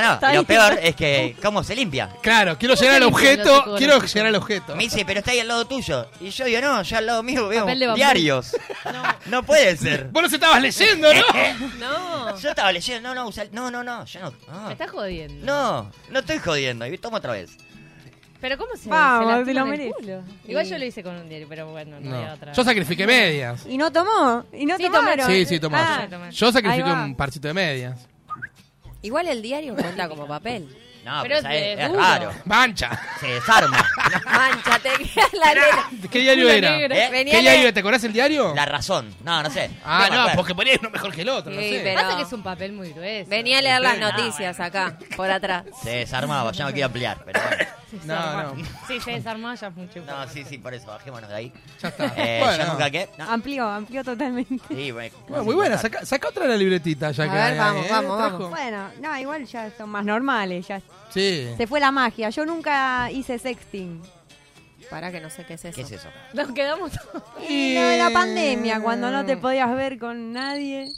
<laughs>
no,
Está
y lo
bien.
peor es que, ¿cómo se limpia?
Claro, quiero llegar al
tenés los
objeto.
ecológicos?
Quiero llegar al objeto.
Me dice, pero está ahí al lado tuyo. Y yo digo, no, yo al lado mío veo
Papel de bambú.
diarios. No. puede ser.
Vos los estabas leyendo, ¿no?
<laughs> No,
Yo estaba leyendo, no, no, usa- no, no, no, yo no. no.
me estás jodiendo.
No, no estoy jodiendo. Y tomo otra vez.
Pero ¿cómo
<laughs>
se
Vamos,
se
te lo
lastiman el
merece.
culo? Igual yo lo hice con un diario, pero bueno, no, había otra.
Yo sacrifiqué medias.
Y no tomó. Y no
Sí, tomé.
tomaron.
Sí, sí, tomás.
Ah,
tomé.
Yo sacrifiqué
Ahí va.
un parchito de medias.
Igual el diario cuenta como papel.
No, pero,
Pero es
¿sabes?
de
es
duro.
raro.
Mancha.
Se
<laughs>
desarma.
Mancha, te <laughs> queda la letra.
<laughs> ¿Qué diario
Culo
era?
negro.
¿Eh?
¿Qué
Venía
diario?
de-
¿Te acordás el diario?
La razón. No, no sé.
Ah,
me
no,
acuerdo.
porque por ahí es uno mejor que el otro, no
Sí,
sé.
pero-
Pasa que es un papel muy grueso.
Venía a leer las
No,
noticias acá, por atrás.
Se desarmaba, ya no quiero ampliar. Pero bueno.
Se
No,
desarmaba.
no.
Sí, se desarmaba ya es mucho.
No, sí, sí, por eso. Bajémonos de ahí.
Ya está.
Eh,
Bueno.
Yo nunca qué. No.
Amplió, amplió totalmente.
Sí, bueno,
Bueno, muy buena,
saca.
saca, saca otra de la libretita ya
A
que
ver,
hay
vamos,
ahí, ¿eh?
vamos,
Trajo.
vamos.
Bueno, no, igual ya son más normales. Ya.
Sí.
Se fue la magia. Yo nunca hice sexting.
Para que no sé qué es eso.
¿Qué es eso?
Nos quedamos
Y lo de la pandemia, cuando no te podías ver con nadie.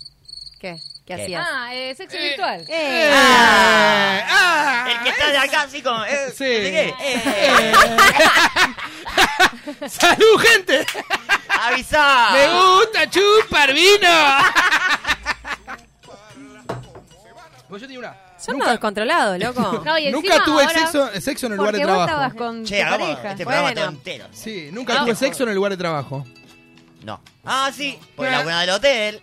¿Qué? ¿Qué
¿Qué?
hacías?
Ah, eh, sexo virtual.
Eh,
Eh, ah,
El que está de acá, así como. Eh,
Sí.
no sé qué. Eh,
eh. ¡Salud, gente!
¡Avisá!
¡Me gusta chupar vino! Pues yo tenía una.
Son unos descontrolados,
<laughs>
loco.
No, y
Nunca
encima
tuve
ahora-
sexo, sexo en el lugar de
porque vos estabas
trabajo.
con
Che,
tu
hagamos
pareja.
este programa
Bueno.
todo entero.
Sí, nunca tuve sexo en el lugar de trabajo.
No. Ah, sí. Por la buena del hotel.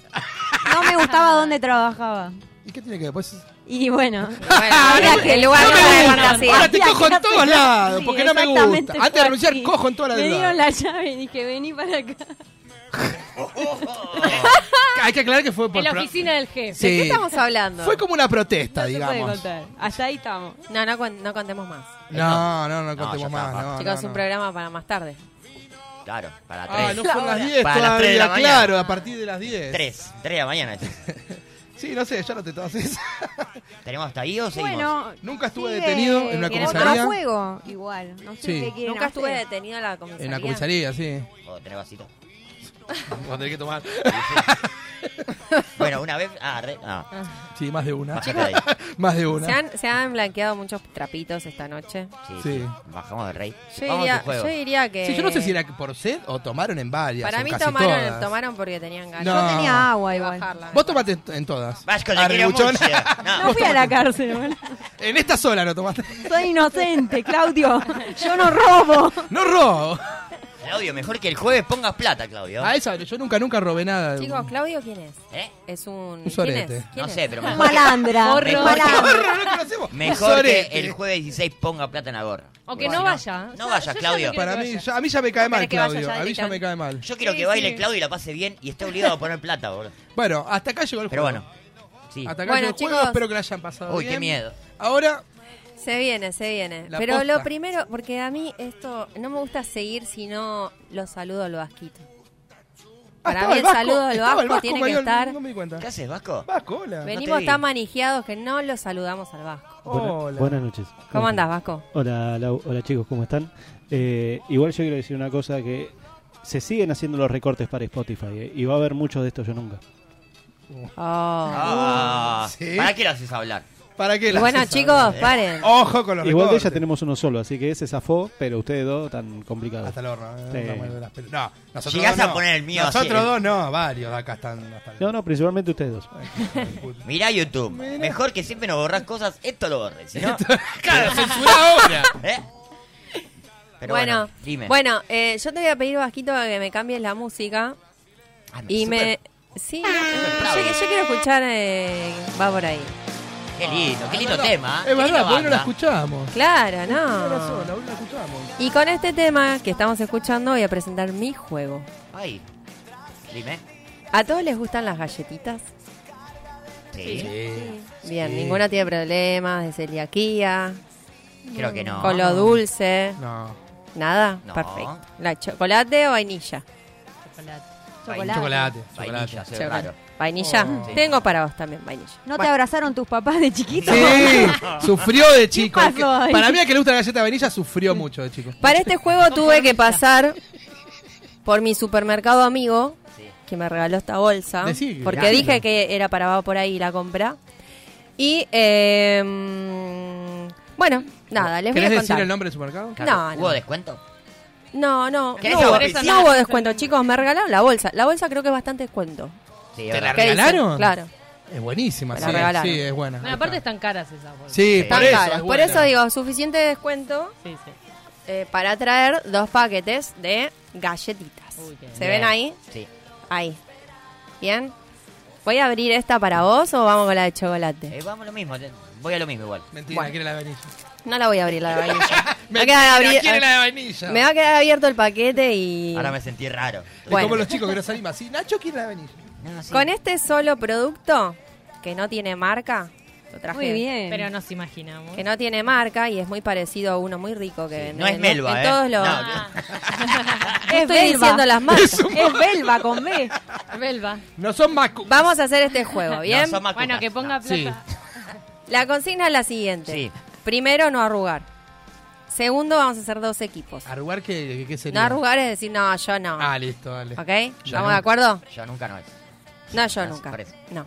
No me gustaba dónde trabajaba.
¿Y qué tiene que ver? Pues...
Y bueno,
Bueno, mira que el lugar
Ah,
no
No me
me
gusta.
fantasía.
Ahora Ah, te
Mira,
cojo en
que no te-
todos lados,
Sí,
porque no me gusta.
exactamente
Antes de
fue
renunciar,
así.
cojo en toda la
me
deuda.
dieron la llave y dije, vení para acá.
Ah, Hay que aclarar que fue por.
En la
pro-
oficina del jefe.
Sí.
¿De qué estamos hablando?
Fue como una protesta,
No se puede
digamos.
contar. Hasta ahí estamos.
No, no, cuen- no contemos más.
No, no, no
No, ya
contemos
está,
más.
basta.
no,
Chicos,
no,
un
no.
programa para más tarde.
Claro, para
Ah,
3.
no fueron las 10
Para las 3 de
todavía,
la mañana.
claro, a partir de las 10.
3, 3 de la mañana.
Sí, no sé, ya no te tomas eso.
¿Tenemos hasta ahí o seguimos?
Bueno,
Nunca estuve
sigue
detenido en una
otro
comisaría.
juego, igual. No sé
Sí.
qué quieren
Nunca estuve
hacer.
detenido en la comisaría.
En la comisaría, sí.
O tenés vasito.
Vamos a tener que tomar.
Bueno, una vez. Ah, re- ah,
Sí, más de una.
bajate de ahí.
<laughs> Más de
Se
una.
han, se han blanqueado muchos trapitos esta noche.
Sí,
Sí.
sí, Bajamos del rey.
Yo
Vamos a
diría,
tu juego.
yo diría que.
Sí, yo no sé si era por sed o tomaron en varias.
eh, Para
en
mí
casi
tomaron,
todas.
tomaron porque tenían ganas
No.
Yo tenía agua
de
igual.
bajarla.
Vos tomaste en- en todas.
Vasco, te
Arre,
quiero
buchón.
mucho.
Ah,
No,
No fui a la cárcel, boludo.
<laughs> En esta sola no tomaste.
Soy inocente, Claudio. Yo
<laughs>
no robo.
No robo.
Claudio, mejor que el jueves pongas plata, Claudio.
A esa, yo nunca, nunca robé nada.
Chicos, ¿Claudio quién es?
¿Eh?
Es un.
Un
¿Quién
sorete.
es? ¿Quién
No
es? <laughs>
sé, pero mejor,
Malandra.
Horror.
malandra.
Gorro, no conocemos.
mejor que
Sorete.
el jueves 16 ponga plata en la gorra.
O que
Si
no vaya.
No
O sea, yo
vaya,
ya no
Claudio.
quiero-
Para
que
mí,
vaya.
ya- a mí ya me cae mal,
querés que vaya
Claudio.
ya
A mí ya me
directamente?
cae mal.
Yo quiero
Sí,
que baile
sí.
Claudio y la pase bien y esté obligado a poner plata, boludo.
Bueno, hasta acá llegó el
Pero
juego.
bueno. Sí.
Hasta acá
Bueno,
llegó el juego.
chicos.
Espero que lo hayan pasado
Uy, qué
bien.
miedo.
Ahora,
Se viene, se viene.
La
pero
posta.
lo primero, porque a mí esto no me gusta seguir si no lo saludo al vasquito. Para
ah, estaba
mí el
Vasco,
saludo del
estaba el
vasco tiene que
Mariol,
estar-
No me di cuenta.
¿Qué haces, Vasco?
Vasco, hola.
Ven-
Venimos
vi.
tan manijeados que no lo saludamos al vasco.
Hola.
Buenas noches.
¿Cómo andás, Vasco?
Hola, Lau. hola chicos, ¿cómo están? Eh, igual yo quiero decir una cosa que se siguen haciendo los recortes para Spotify eh, y va a haber muchos de estos yo nunca.
Ah,
Uh, Sí.
¿Para qué lo haces hablar?
¿Para qué
Y
la
Oh. bueno,
haces
chicos,
hablar?
paren.
Ojo con los
Igual de
recortes.
ella tenemos uno solo, así que ese zafó, pero ustedes dos tan complicados.
Hasta el horno. eh,
Sí.
la muerte de las pel- No, nosotros
Llegás
dos
a
no.
poner el mío
Nosotros
así.
dos no, varios de acá están hasta el-
No, no, principalmente ustedes dos.
Mirá YouTube. Mejor que siempre nos borrás cosas, esto lo borres. Si no,
<laughs> Claro, censurá ahora.
¿eh? Pero bueno,
bueno,
dime.
bueno eh, yo te voy a pedir, Vasquito, que me cambies la música.
Ah,
Y me.
super- Ah,
Sí, no, yo, yo quiero escuchar. eh, va por ahí.
Qué lindo, qué lindo tema.
Ah,
¿eh?
Es
qué linda
verdad, porque no
banda.
la escuchamos.
Claro,
Ahora
no.
sola, hoy la escuchamos.
Y con este tema que estamos escuchando, voy a presentar mi juego.
Ay, dime.
¿A todos les gustan las galletitas?
Sí,
Bien, ninguna tiene problemas de celiaquía,
creo que no.
con lo dulce,
No.
nada.
No.
Perfecto. ¿La chocolate o vainilla?
Vainilla,
Chocolate.
Vainilla,
Chocolate.
se ve raro. Oh,
Vainilla.
Sí.
Tengo para vos también vainilla.
¿No te abrazaron tus papás de chiquito?
Sí,
<laughs>
sufrió de chico.
¿Qué pasó ahí?
Para mí, a que le gusta la galleta de vainilla, sufrió mucho de chico.
Para este juego tuve que pasar por mi supermercado amigo,
Sí.
que me regaló esta bolsa,
Decí,
porque
decilo.
dije que era para va por ahí la compra. Y, eh, mm, bueno, nada, les voy
¿Querés
a
decir
contar.
el nombre del supermercado?
Claro. No, no.
¿Hubo descuento?
No, no,
¿Querés
no hubo,
aborrecer
no
nada?
hubo descuento, chicos, me regalaron la bolsa. La bolsa creo que es bastante descuento.
Sí,
¿Te
es
la
verdad.
¿Qué dicen?
regalaron?
Claro.
Es buenísima,
Me
sí,
la regalaron.
sí, es buena.
Bueno, aparte están caras esas bolsas.
Sí,
Están
por
Tan
eso.
caras.
es
Por
buena.
eso digo, suficiente descuento
Sí, sí.
eh, para traer dos paquetes de galletitas.
Uy, qué
¿Se
Bien.
ven ahí?
Sí.
Ahí. ¿Bien? ¿Voy a abrir esta para vos o vamos con la de chocolate?
Eh, vamos lo mismo, te- voy a lo mismo igual.
Mentira, quiere la de vainilla.
No la voy a abrir la de vainilla. me, va a
Mentira,
quedar abri-
quiere la de vainilla.
eh, me va a quedar abierto el paquete y...
Ahora me sentí raro.
Es
Bueno.
como los chicos que no se animan. Sí, Nacho quiere la de vainilla.
No, sí.
Con este solo producto, que no tiene marca, lo traje.
Muy bien.
Pero nos imaginamos.
Que no tiene marca y es muy parecido a uno muy rico que...
No es Melba,
en
¿eh?
todos los...
No,
Ah,
No estoy
Belva.
diciendo las marcas.
Es Belva con B.
Belva.
No son macu.
Vamos a hacer este juego, ¿bien?
no son macucas.
Bueno, que ponga plata.
Sí.
La consigna es la siguiente.
Sí.
Primero, no arrugar. Segundo, vamos a hacer dos
Ah,
equipos.
¿Arrugar qué, qué
No
sería?
arrugar es decir, no, yo no.
Ah, listo, dale.
¿Ok?
Ya
¿Estamos
no.
de acuerdo?
No, yo nunca no es.
No, yo
Ah,
nunca.
parece.
No.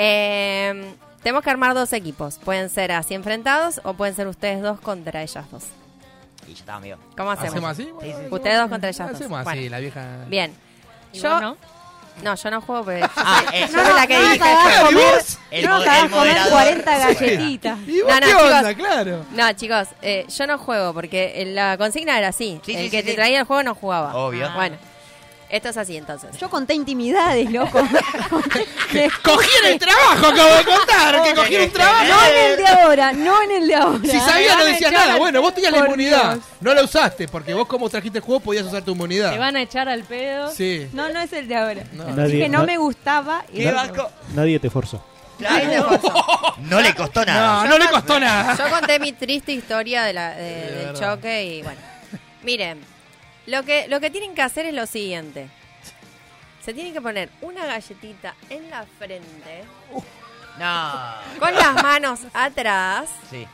Eh, tenemos que armar dos equipos. Pueden ser así enfrentados o pueden ser ustedes dos contra ellas dos.
Y yo estaba amigo.
¿Cómo hacemos?
¿Hacemos así? Bueno,
Sí, sí.
Ustedes dos contra ellas dos.
Hacemos así,
Bueno.
la vieja.
Bien.
¿Y
Yo
vos no?
no, yo no juego porque yo
<laughs>
soy-
Ah, eh,
yo soy la que
no,
dije.
te vas a comer,
El
no,
mo-
te vas
el
a comer
moderador.
40 galletitas.
¿Y vos
No, no,
qué
chicos.
onda? Claro.
No, chicos, eh, yo no juego porque en la consigna era así.
Sí,
el
sí,
que
sí,
te
sí.
traía el juego no jugaba.
Obvio.
Ah, Bueno, esto es así entonces.
Yo conté intimidades,
<laughs>
loco.
Cogí en el trabajo, acabo de contar. Que cogí en el trabajo.
No en el de ahora, no en el de ahora.
Si sabías no decías
echar
nada.
al-
Bueno, vos tenías la
Por
inmunidad.
Dios.
No la usaste, porque vos como trajiste el juego podías usar tu inmunidad.
Te van a echar al pedo.
Sí.
No, no es el de ahora.
Nadie-
Dije, no
na-
me gustaba. y
¿Qué Vasco?
Nadie te forzó.
Claro. No le costó
No,
nada.
no le costó nada.
Yo conté mi triste historia de la, de- del
verdad.
choque y bueno. Miren, Lo que, lo que tienen que hacer es lo siguiente. Se tienen que poner una galletita en la frente.
No.
Con las manos atrás.
Sí.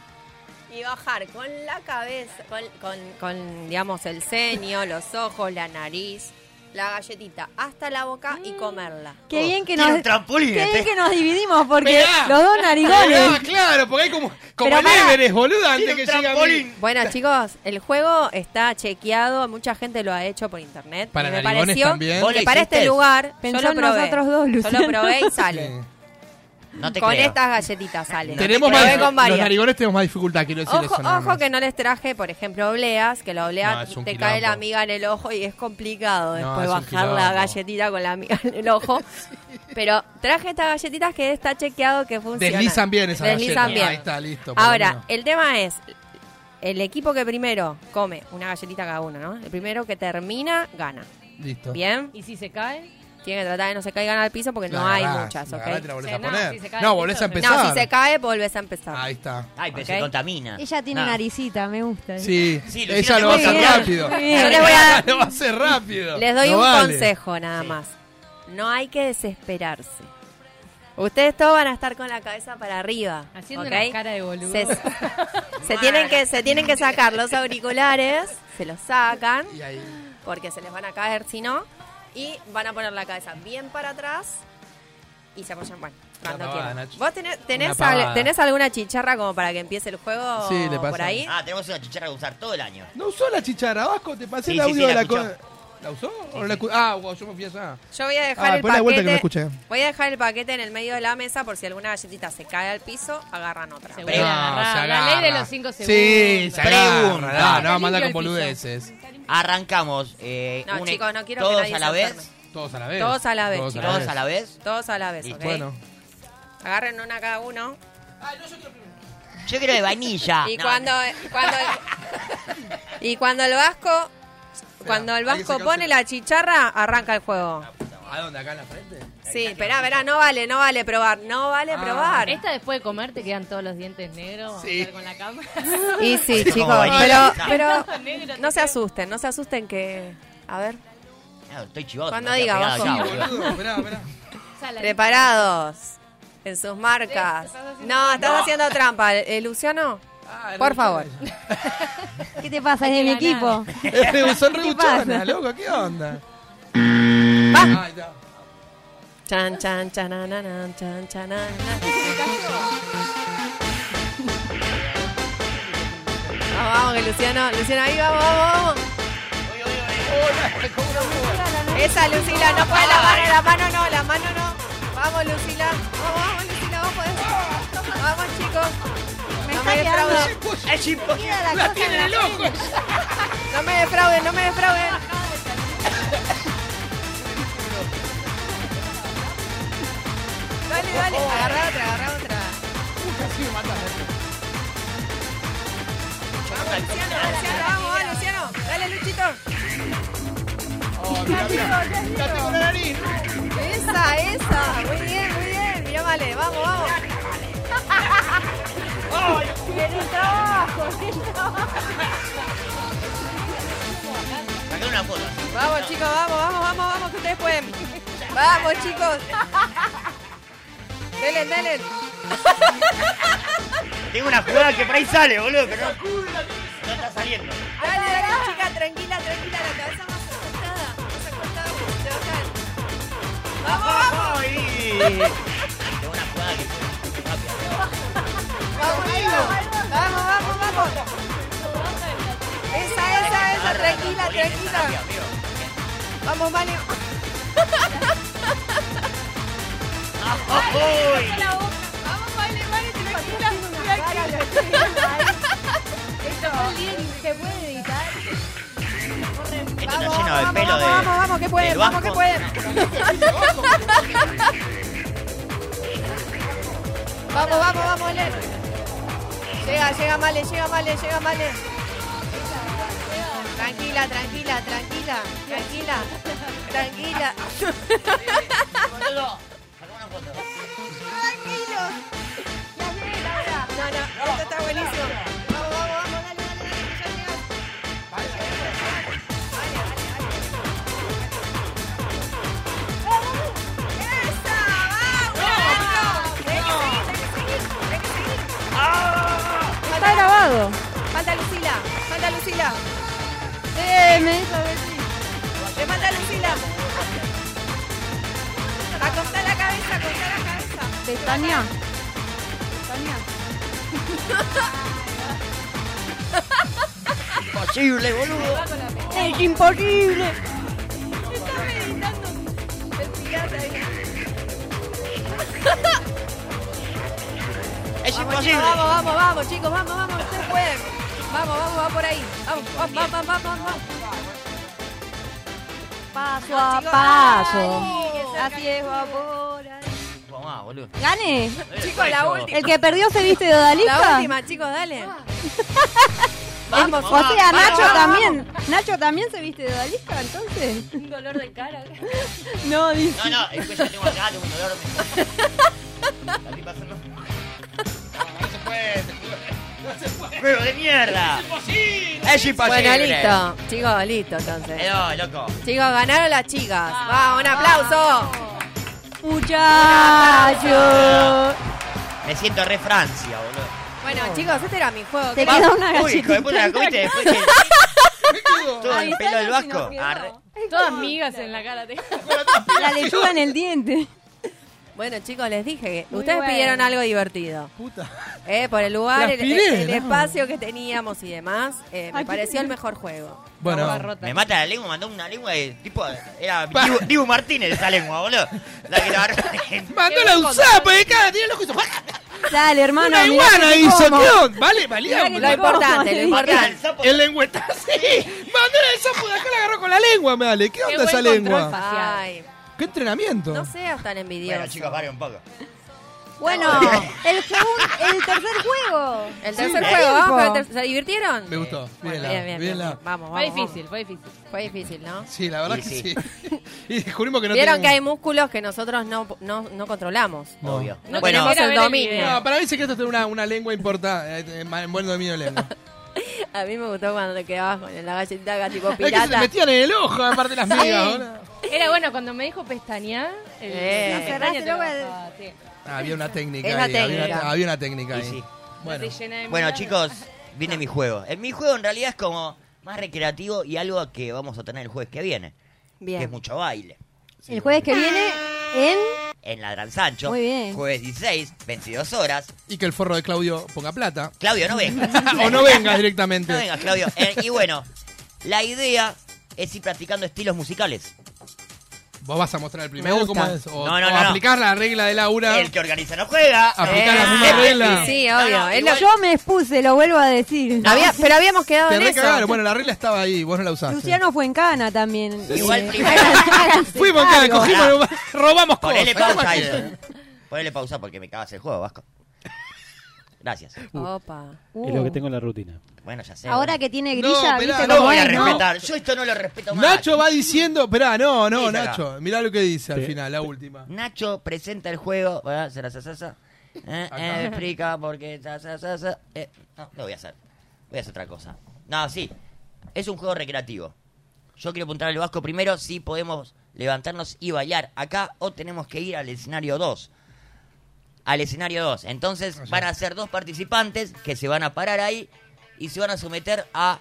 Y bajar con la cabeza, con, con- con, digamos, el ceño, los ojos, la nariz, la galletita hasta la boca y comerla.
Qué bien que
Tiene
nos.
un trampolín,
qué bien
este.
que nos dividimos, porque
Mirá.
los dos
Ah,
narigones.
claro, porque hay como, como
Pero
el
pará.
Everest, boludo, antes
un
que llegue a mí.
trampolín.
Bueno, chicos, el juego está chequeado. Mucha gente lo ha hecho por internet.
Para
y me
narigones
pareció
también.
¿Vos
que
lo
para este
hiciste?
lugar
Pensá
yo lo
en
probé.
nosotros dos,
yo lo
Luciano.
probé y sale.
Sí.
No te
con
creo.
estas galletitas sale.
Tenemos
Probé
más,
con
los
varias.
narigones tenemos más dificultad, quiero decir
Ojo,
eso nada
ojo
más.
que no les traje, por ejemplo, obleas, que la
No,
oblea
es un
te cae
quilombo.
la miga en el ojo y es complicado
No,
después
es un
bajar la
quilombo.
galletita con la miga en el
<laughs>
ojo. Pero traje estas galletitas que está chequeado que funcionan.
Deslizan bien esas
Deslizan
galletas.
bien.
Ahí está, listo, por lo menos.
Ahora, el tema es, el equipo que primero come una galletita cada uno, ¿no? El primero que termina, gana.
Listo.
eh, ¿Bien?
¿Y si se cae?
Tiene que tratar de no se caigan al piso porque
La
no hay
agarrás,
muchas,
la
¿ok?
agarrás y te la volvés
Sí,
a
no,
poner.
si se cae
no,
el
volvés a
piso, se-
empezar.
No, si se cae, volvés a empezar.
Ahí está.
Ay, pero se
Ok.
contamina.
Ella tiene
No.
naricita, me gusta.
Sí,
Sí, Luciano,
ella
te
lo va a
voy a
hacer
cambiar.
rápido.
Muy
<laughs>
bien. Yo les voy a-
Lo va a hacer rápido.
Les doy
No
un
vale.
consejo nada
Sí.
más. No hay que desesperarse. Ustedes todos van a estar con la cabeza para arriba.
Haciendo
¿ok?
una cara de boludo. <laughs>
Se, se tienen que, se tienen que sacar los auriculares, se los sacan,
Y ahí-
porque se les van a caer si no, y van a poner la cabeza bien para atrás y se apoyan, bueno, cuando
Una pavada,
quieran.
Nacho.
¿Vos tenés, tenés,
Una
al-
pavada.
tenés alguna chicharra como para que empiece el juego
Sí, le
por
pasa.
ahí?
Ah, tenemos una chicharra que usar todo el año.
No usó la chicharra, Vasco, te
Sí,
pasé el
sí,
audio
sí,
de
la
la co-
escuchó.
¿La usó? ¿O no la escu- Ah, wow, yo me fui allá.
Yo voy a dejar
Ah,
el
ponla
paquete.
de vuelta que no escuché.
Voy a dejar el paquete en el medio de la mesa por si alguna galletita se cae al piso, agarran otra.
Se
Pero-
vuelve a agarrar. La ley de los cinco
Sí,
segundos.
se agarra.
Pregunta.
No,
Limpio
no, manda
el
con
piso.
boludeces.
Arrancamos. eh,
No,
un-
chicos, no quiero que
Todos
nadie
a la
se
vez.
enferme.
Todos a la vez.
Todos a la vez, chicos.
Todos a la vez.
Todos a la vez,
Listo.
¿ok?
Bueno,
Agarren una cada uno.
Yo quiero de vainilla.
y
Ah, No,
cuando, cuando
<laughs>
y cuando el vasco cuando el
hay que
vasco
sacarse-
pone la chicharra, arranca el juego.
¿a Ah, dónde? ¿Acá en la frente?
Sí, esperá, verá, no vale, no vale probar, no vale
Ah.
probar.
Esta después de comer te quedan todos los dientes negros. Vamos
Sí.
a estar con la cama.
Y
<laughs>
sí,
Como
chicos, pero,
vainilla.
<laughs>
<laughs>
pero
Negro,
no
te
se asusten, no se asusten que... A ver,
no, estoy chivoso.
Cuando
me
diga,
había pegado
Vasco.
ya, boludo.
Ah, Boludo, esperá, <laughs> esperá.
Sala.
preparados, en sus marcas. No, estás haciendo trampa. Eh, Luciano,
Ah,
por favor.
<laughs>
¿Qué te pasa? Es de
Hay
mi
que ganar.
equipo.
Eh, Son
¿Qué pasa?
rebuchonas, loco, ¿qué onda? Ahí está.
Chan, chan, chanananan, chan, chananan. Vamos, vamos, que Luciano, Luciano, ahí vamos, vamos, vamos. Esa, Lucila, no fue la mano, la mano no, la mano no. Vamos, Lucila, vamos, vamos, Lucila, vos podés. Vamos, chicos.
Me
No
está
me
quedando.
defrauden,
Es imposible.
Mira la cosa en la frente.
no me defrauden, no me defrauden. Dale, dale, agarra otra, agarra otra. Luciano, Luciano, vamos, vamos, Luciano. Dale, Luchito. Esa, esa. Muy bien, muy bien. Mirá, vale, vamos, vamos.
Sacar una foto. así.
Vamos, chicos, vamos, vamos, vamos, vamos, que ustedes pueden. Vamos, chicos. Delen, delen.
Tengo una jugada que por ahí sale, boludo, pero no. No está saliendo.
Dale, dale, chica, tranquila, tranquila, la cabeza más acostada. Más acostada porque se va a caer. Vamos, vamos,
Ay. Tengo una jugada que.
vamos, chicos. Vamos, vamos, vamos. Esa, esa, esa, tranquila, tranquila. Vamos, vale.
¡Ay!
Vamos, vale, vale, tranquila.
Esto
Vamos,
Este está lleno de
vamos,
pelo
vamos,
de.
vamos, vamos, que pueden,
del
vamos, que
vasco.
pueden. Vamos, vamos, vamos, Ale. Llega, llega Male, llega Male, llega Male. Tranquila, tranquila, tranquila, tranquila, tranquila.
Boludo, sacame una foto.
Tranquilos. Ya llega ahora. No, no, esto está buenísimo. Vamos, vamos, vamos, dale, dale, dale, que ya llega. Vale, vale, manda Lucila.
Eh, me dijo Betty.
Le manda Lucila. Acostá la cabeza, acostá la cabeza.
Pestaña. Pestaña.
Imposible, boludo.
Es imposible.
Está meditando el pirata ahí.
Es
Vamos,
imposible.
chicos, Vamos, vamos, vamos, chicos, vamos, vamos, ustedes pueden. Vamos, vamos, va por ahí. Vamos, vamos, vamos, vamos, vamos.
Paso
Vamos, chicos. Ay,
a
qué
paso.
cerca
Así es, va por ahí.
Vamos, más, boludo.
Gane.
Chicos, la última.
El que perdió se viste de odalisca.
La última, chicos, dale. Ah. Vamos,
o
vamos,
sea,
vamos,
Nacho
vamos,
también. Nacho también se viste de odalisca, entonces. <laughs>
Un dolor de cara. <laughs>
No, dice.
No, no, el cuello lo tengo acá, tengo un dolor. Aquí pasa, no.
No se puede, no se puede.
¡Pero de mierda! ¡Es imposible!
Bueno, listo. Chicos, listo, entonces.
No, loco.
Chicos, ganaron las chicas. Va, un aplauso.
Muchacho.
Me siento re Francia, boludo.
Bueno, chicos, este era mi juego.
Te
¿Qué-
queda una
Uy, hijo
galletita.
de puta, la comiste después que... Todo el
Avisanos
pelo del
si nos
vasco.
quedó.
Arre.
Todas migas en la cara. te-
La lechuga en el diente.
Bueno, chicos, les dije que
Muy
ustedes
bueno.
pidieron algo divertido.
Puta.
Eh, por el lugar,
Las
el,
pidieron.
el- el espacio que teníamos y demás. eh, me
Ay, qué
pareció el
lindo.
mejor juego.
Bueno,
Una barrota.
Me mata la lengua, mandó una lengua de tipo... Era Dibu, Dibu Martínez esa lengua, boludo. La que la agarró.
mandó la USAP de cara, tiene los ojos.
Dale, hermano.
Una
mirá que
iguana
te
hizo, ¿qué
como.
onda? Vale, valía.
Lo
Mirá que
boludo.
te
<laughs>
como,
importante, lo
dice.
Acá el
importante.
sapo.
El lengüeta, sí. Mandó la del sapo de acá, la agarró con la lengua, me dale. ¿Qué onda
buen
esa
control,
lengua?
pa.
Ay,
¿Qué entrenamiento?
no seas tan envidioso.
Bueno, chicos, paren un poco.
Bueno, el, segun- el tercer juego.
el tercer
Sí,
juego,
cinco.
vamos con el tercer- ¿Se divirtieron?
Me gustó.
Bueno,
Mírenla,
bien, bien, bien,
mírenla.
bien. Vamos,
Fue
vamos.
difícil, fue difícil.
vamos. Fue difícil, ¿no?
Sí, la verdad
Y
que sí. <laughs>
sí.
y descubrimos que no
Vieron que hay
tenemos-
músculos que nosotros no, no, no controlamos.
No.
Obvio. bueno,
No
tenemos
Quiero
el
ver el
Eh.
dominio.
video.
No, para mí sí que esto tiene una, una lengua importante. Eh, eh, buen dominio de
<laughs>
lengua.
A mí me gustó cuando te quedabas con la galletita acá, tipo
es que se le
pirata.
metían en el ojo, aparte de las migas. boludo.
Era bueno, cuando me dijo pestañear, el,
Eh.
la pestaña
Cerraste
te
luego el-
bajaba, sí.
Ah, había una técnica
Es la
ahí. Había, una,
técnica.
había una técnica
Y
ahí.
sí.
Bueno,
Se llena de
bueno
migas.
chicos, viene mi juego. El, mi juego en realidad es como más recreativo y algo que vamos a tener el jueves que viene. Que es
Bien.
mucho baile.
El jueves que viene en.
En la Gran Sancho.
Muy bien.
Jueves 16, 22 horas.
y que el forro de Claudio
<laughs>
ponga plata.
Claudio, no vengas.
<laughs> o no vengas directamente.
No vengas, Claudio. Eh, y bueno, la idea es ir practicando estilos musicales.
Vos vas a mostrar el primero
gusta.
cómo es. O,
No, no, no,
o
no.
aplicás la regla de Laura.
El que organiza no juega.
Aplicá
Eh,
la misma
eh,
regla.
Sí,
No,
obvio.
no,
Es lo-
igual-
Yo me expuse, lo vuelvo a decir.
Había- pero habíamos quedado
Te
en eso.
recagaron. Bueno, la regla estaba ahí, vos no la usaste.
Luciano fue en Cana también.
Igual
Eh,
primero.
<laughs> háganse
Fuimos acá,
cargo.
cogimos,
Pará.
<laughs> robamos cosas.
Ah. Ponele pausa a
Tomá.
eso. Ponele pausa porque me cagas el juego, Vasco. Gracias.
Opa.
Uh.
Es lo que tengo en la rutina.
Bueno, ya sé.
Ahora que tiene grilla,
No,
viste
pelá,
no
cómo
voy a
es, ¿no?
respetar. Yo esto no lo respeto más.
<laughs> Nacho va diciendo, esperá, no, no,
Sí, acá.
Nacho, mirá lo que dice al
Te-
final, la última.
Nacho presenta el juego. ¿verdad? Será, sa, sa, sa. Eh, eh,
Acá.
explica porque. sa, sa, sa, sa. Eh, no, no voy a hacer. Voy a hacer otra cosa. No, sí. Es un juego recreativo. Yo quiero apuntar al Vasco primero si podemos levantarnos y bailar acá o tenemos que ir al escenario 2. Al escenario 2. Entonces van a ser dos participantes que se van a parar ahí y se van a someter a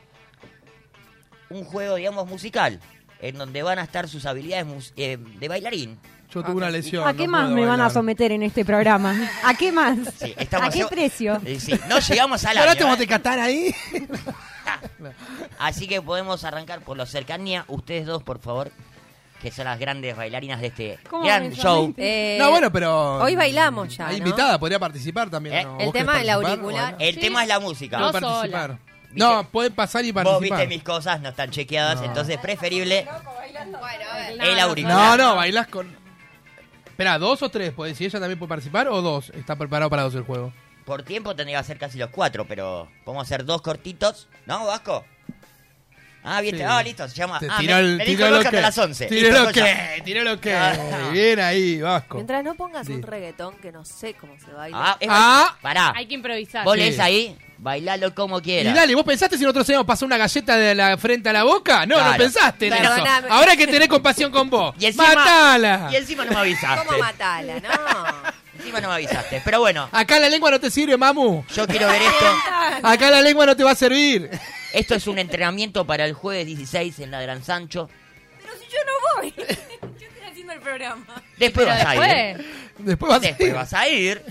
un juego, digamos, musical. En donde van a estar sus habilidades mus- eh, de bailarín.
Yo
Ah,
tuve una lesión.
¿A qué
no
más
puedo
me van a
bailar.
someter en este programa? ¿A qué más?
Sí, estamos
¿A qué
llevo-
precio?
Eh, sí, no llegamos al
¿Y <laughs> ahora te
año.
vas a
¿eh?
catar ahí?
Así que podemos arrancar por la cercanía. Ustedes dos, por favor, que son las grandes bailarinas de este
¿Cómo
gran
me
show.
llamaste?
Eh,
no, bueno, pero.
Hoy bailamos ya,
Hay
¿no?
invitada, podría participar también.
Eh,
¿no?
el
¿Vos querés
tema del
participar?
auricular.
Bueno,
El
Sí.
tema es la música.
pueden
No sola.
participar.
Viste-
No, pueden pasar y
Vos
participar.
viste mis cosas, no están chequeadas,
No.
entonces preferible
No,
el
no,
auricular.
No, no, bailás con. Espera, dos o tres, pues si ella también puede participar o dos. Está preparado para dos el juego.
Por tiempo tendría que ser casi los cuatro, pero podemos hacer dos cortitos. ¿No, Vasco? Ah, viste,
Sí.
ah, listo, se llama.
Te
ah,
tiró
me-
el
me
tiró
dijo
lo
Vasco
que.
hasta las 11.
Tiró
Listo,
lo
joya.
que, tiró lo que.
Ah.
Bien ahí, Vasco.
Mientras no pongas
Sí.
un reggaetón que no sé cómo se baila.
Ah, es-
Ah.
Pará,
Hay que improvisar.
vos
Sí.
lees ahí, bailalo como
Y
quieras.
dale, ¿vos pensaste si nosotros habíamos pasado una galleta de la frente a la boca? No, no
Claro.
pensaste en eso.
Perdóname.
Ahora que tenés compasión con vos.
Y encima,
¡Matala!
Y encima no me avisaste.
¿Cómo matala?
<laughs>
No.
Encima no me avisaste. Pero bueno,
Acá la lengua no te sirve, mamu.
<laughs> yo quiero ver esto.
Acá la lengua no te va a servir.
Esto es un entrenamiento para el jueves 16 en la Gran Sancho.
Pero si yo no voy. Yo estoy haciendo el programa.
Después vas a ir.
Después vas a
Después
ir.
vas a ir.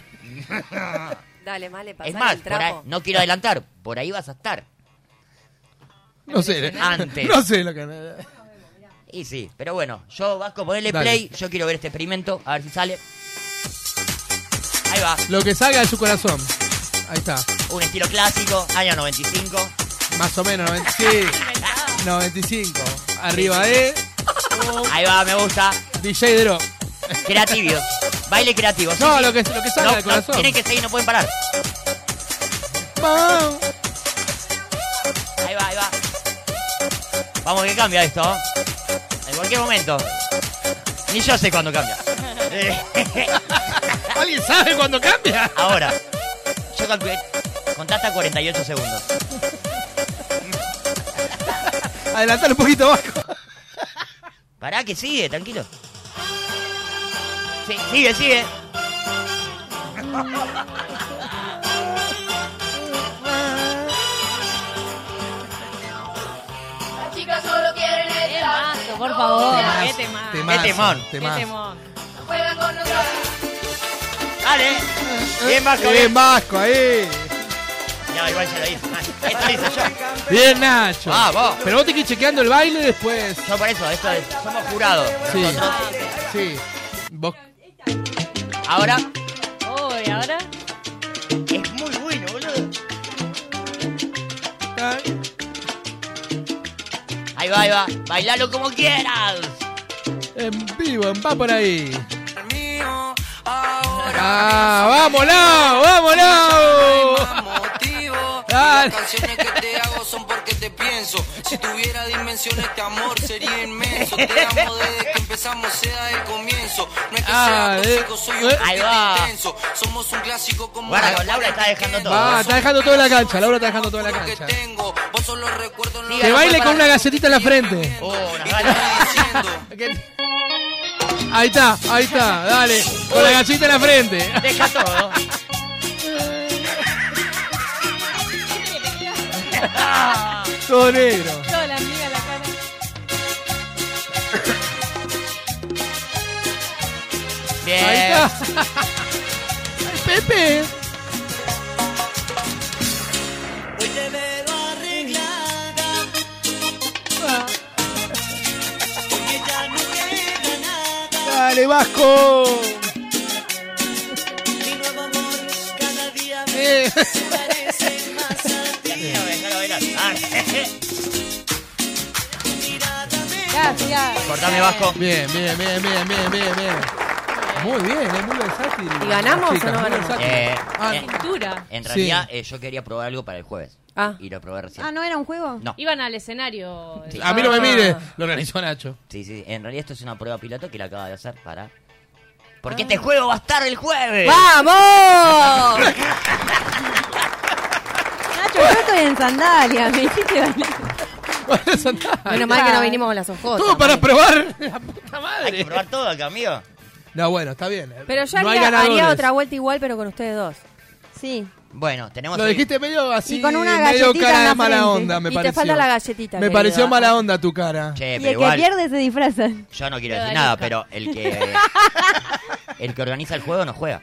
Dale, male, pasale
Es más,
el
por ahí-
trapo.
no quiero adelantar, por ahí vas a estar.
No sé.
Antes.
No sé lo que.
Y sí, pero bueno, yo Vasco, ponerle
Dale.
play, yo quiero ver este experimento, a ver si sale. Ahí va,
Lo que salga de su corazón. Ahí está.
un estilo clásico, año 95.
Más o menos, 95. 95. Arriba de
Ahí va, me gusta.
DJ Dro.
Creativo. Baile creativo. sí,
No,
sí.
lo que, lo que salga
No,
del
no,
corazón.
tienen que seguir, no pueden parar. Ahí va, ahí va. Vamos que cambia esto. ¿eh? En cualquier momento. Ni yo sé cuándo cambia. Eh,
¿Alguien sabe cuándo cambia?
Ahora. Yo calculé. Contá hasta 48 segundos.
Adelantar un poquito Vasco.
Pará que sigue, tranquilo. Sí, sigue, sigue.
Las chicas solo quieren
Qué
estar.
mazo, por favor.
Temazo,
Qué temazo.
Oh, Qué temón.
Qué temón.
Juegan con nosotros.
Dale. Bien, Vasco.
Bien,
Bien.
Vasco, ahí.
Ya, igual ya lo hice. Ah, Esto lo hice yo.
Bien, Nacho.
Vamos.
Pero vos te quedás chequeando el baile después.
Yo por eso, esto es, somos jurados.
Sí.
Nosotros.
Sí. Vos-
Ahora
Oh, ¿y ahora?
es muy bueno, boludo. Ahí va, ahí va. Bailalo como quieras.
En vivo, va por ahí. Ah, vámonos, vámonos.
motivo. Y
Dale.
Las canciones que te hago son porque te pienso. Si tuviera dimensiones, este amor sería inmenso. Te amo desde que empezamos, sea del comienzo. No es que
Ah,
sea
eh,
tóxico, soy un
eh.
Ahí
poquito
va.
intenso. Somos un clásico como
Guarda, con Laura está dejando todo.
Va, Ah, está dejando toda la cancha, Laura está dejando toda la cancha.
Siga,
Que
no
baile
puede
con una
parar.
galletita en la frente.
Oh, unas ganas.
Ahí está, ahí está, dale. Con la galletita en la frente.
Deja todo.
Todo negro.
Yo, la amiga, la cara.
Bien.
Ahí está.
Eh.
Ay, Pepe.
Hoy te veo arreglada. Porque ya no queda nada.
Dale, Vasco.
Mi nuevo amor cada día
Eh.
se parece más a ti.
Déjalo bailar. Ah,
Gracias.
Cortame, Vasco.
Bien, bien, bien, bien, bien, bien, bien. Muy bien, es muy versátil.
¿Y ganamos
Chicas,
o no
muy
ganamos?
versátil.
Eh,
Ah,
eh,
Cintura.
en
Sí.
realidad, eh, yo quería probar algo para el jueves.
Ah.
Y lo probé recién.
Ah, ¿no era un juego?
No.
Iban al escenario.
Sí.
A mí no me
Ah.
mire, lo organizó
<laughs>
Nacho.
Sí, sí. En realidad, esto es una prueba piloto que la acaba de hacer para.
Ah.
Porque este juego va a estar el jueves.
<laughs>
¡Vamos!
Nacho, yo estoy en sandalia, me hiciste bailar.
Bueno, Santana.
Menos mal que no vinimos con las ojotas.
Todo para probar. La puta
Hay que
madre.
probar todo acá, amigo.
<laughs> No, bueno, está bien. eh.
Pero yo
no hay
haría,
ganadores.
haría otra vuelta igual, pero con ustedes dos.
Sí.
Bueno, tenemos.
Lo
el-
dijiste medio así,
Y con una
medio
galletita en
cara
la
de mala
frente.
onda, me
y
pareció.
te falta la galletita.
me
querido.
pareció mala onda tu cara.
Che,
Y
Eh, pero
el que
igual.
pierde se disfraza.
Yo no quiero
Te
decir
da
nada,
lija.
pero el que.
<laughs>
El que organiza el juego no juega.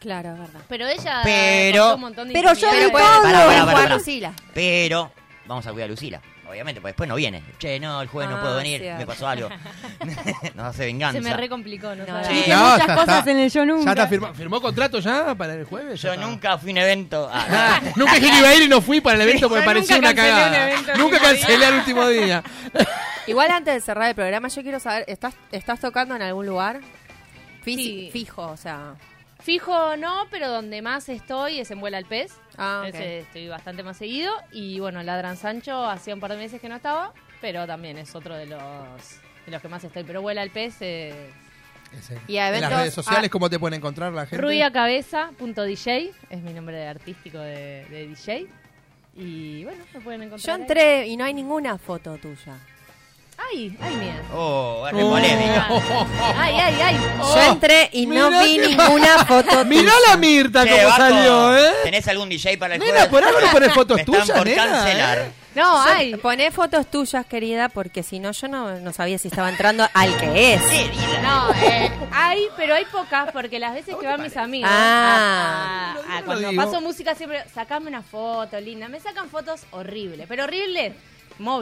Claro, es verdad.
Pero ella.
Pero-
contó un montón de
Pero yo
intimidades.
vi
puede-
todo.
Pará, pará,
Juan
pará, pará.
Lucila.
Pero vamos a cuidar a Lucila. Obviamente, porque después no viene. Che, no, el jueves no
Ah,
puedo venir.
cierto.
Me pasó algo. <laughs> Nos hace venganza.
Se me recomplicó, ¿no?
No,
sabes.
no.
Dije
No,
muchas
ya
cosas
está.
en el yo nunca.
¿Ya está firmado? ¿Firmó contrato ya para el jueves? Ya
Yo
está.
nunca fui a un evento. Ah,
Ah, <laughs> nunca dije que iba a ir y no fui para el evento porque
yo
parecía
nunca
una
cancelé un
cagada.
evento el
nunca
último día.
cancelé al último día.
Igual antes de cerrar el programa, yo quiero saber, ¿estás, estás tocando en algún lugar? Fis-
Sí.
Fijo, o sea.
Fijo no, pero donde más estoy es en Vuela al Pez.
Ah, ok.
Ese estoy bastante más seguido. Y bueno, Ladran Sancho hacía un par de meses que no estaba, pero también es otro de los, de los que más estoy. Pero Vuela al Pez eh, es
<laughs> Y a
en las
eventos-
redes sociales,
ah.
¿cómo te pueden encontrar la gente?
rubiacabeza.dj, es mi nombre de artístico de, de DJ. Y bueno, me pueden
Yo
encontrar. ahí.
entré y no hay ninguna foto tuya.
Ay, ay, mía.
Oh, re
<laughs> Oh.
polémica.
Ay, ay, ay.
Yo entré y no
mirá
vi
qué
ninguna
<laughs>
foto
Mirá la Mirta
Che,
cómo
Vasco,
salió, ¿eh?
¿Tenés algún DJ para el
Nena,
jueves? <laughs>
por algo no pones fotos
Me están
tuyas,
por
nena.
cancelar.
¿eh?
<laughs> No, hay.
Poné fotos tuyas, querida, porque si no, yo no, no sabía si estaba entrando al que es.
No, eh, hay, pero hay pocas, porque las veces que van mis amigos.
Ah.
a- a- a-
Lo
cuando
digo.
paso música siempre, sacame una foto, linda. Me sacan fotos horribles, pero horribles,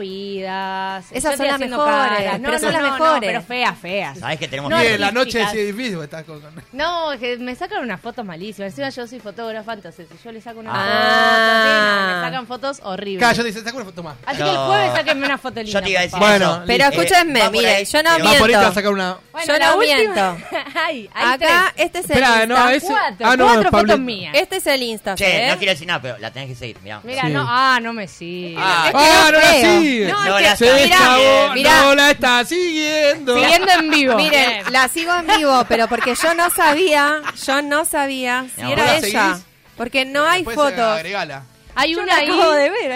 movidas.
Esas
yo
son las
haciendo
mejores,
caras. No,
pero
no,
son las
no, no,
mejores.
pero feas, feas.
Sabes que tenemos
No,
Bien,
artísticas.
la noche de ese edificio estás con- con-
No, es que me sacan unas fotos malísimas. Encima yo soy fotógrafa, entonces si yo le saco una
Ah.
foto, sí, no, me sacan fotos horribles.
Claro, yo te dice, saca una foto más.
Así que el jueves sáquenme una foto linda.
Yo te iba a
por
decir
favor.
Bueno,
Pero
listo.
escúchenme,
Eh, va por
mire,
ahí.
yo no
Va por ahí, te
miento.
va a sacar una...
Yo
la
no
última-
miento.
<laughs> Ay, hay
Acá,
tres.
este es
Esperá,
el
no,
Insta.
ese-
Cuatro,
ah, no,
cuatro fotos
Pablito.
mías.
Este es el Insta,
Che,
¿eh?
no quiero decir nada, pero la tenés que seguir, mirá.
Mira,
Sí.
no, ah, no me sigue.
Ah,
¡Ah, no la
feo.
sigue!
No,
No
es
la
que-
Se
mirá,
acabó,
mirá.
no la está siguiendo.
siguiendo en vivo.
Miren,
Bien.
la sigo en vivo, pero porque yo no sabía, yo no sabía si
No,
era
¿la
ella.
seguís?
Porque no hay
Después, eh,
fotos.
agregala.
hay
Yo
una
la
ahí.
acabo de ver.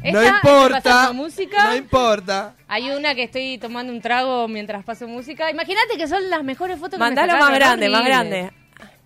Esta,
No
estoy
importa.
pasando música.
No importa.
hay una que estoy tomando un trago mientras paso música. Imagínate que son las mejores fotos que
Mandalo
me
más
sacaron,
grande, más
horrible.
grande.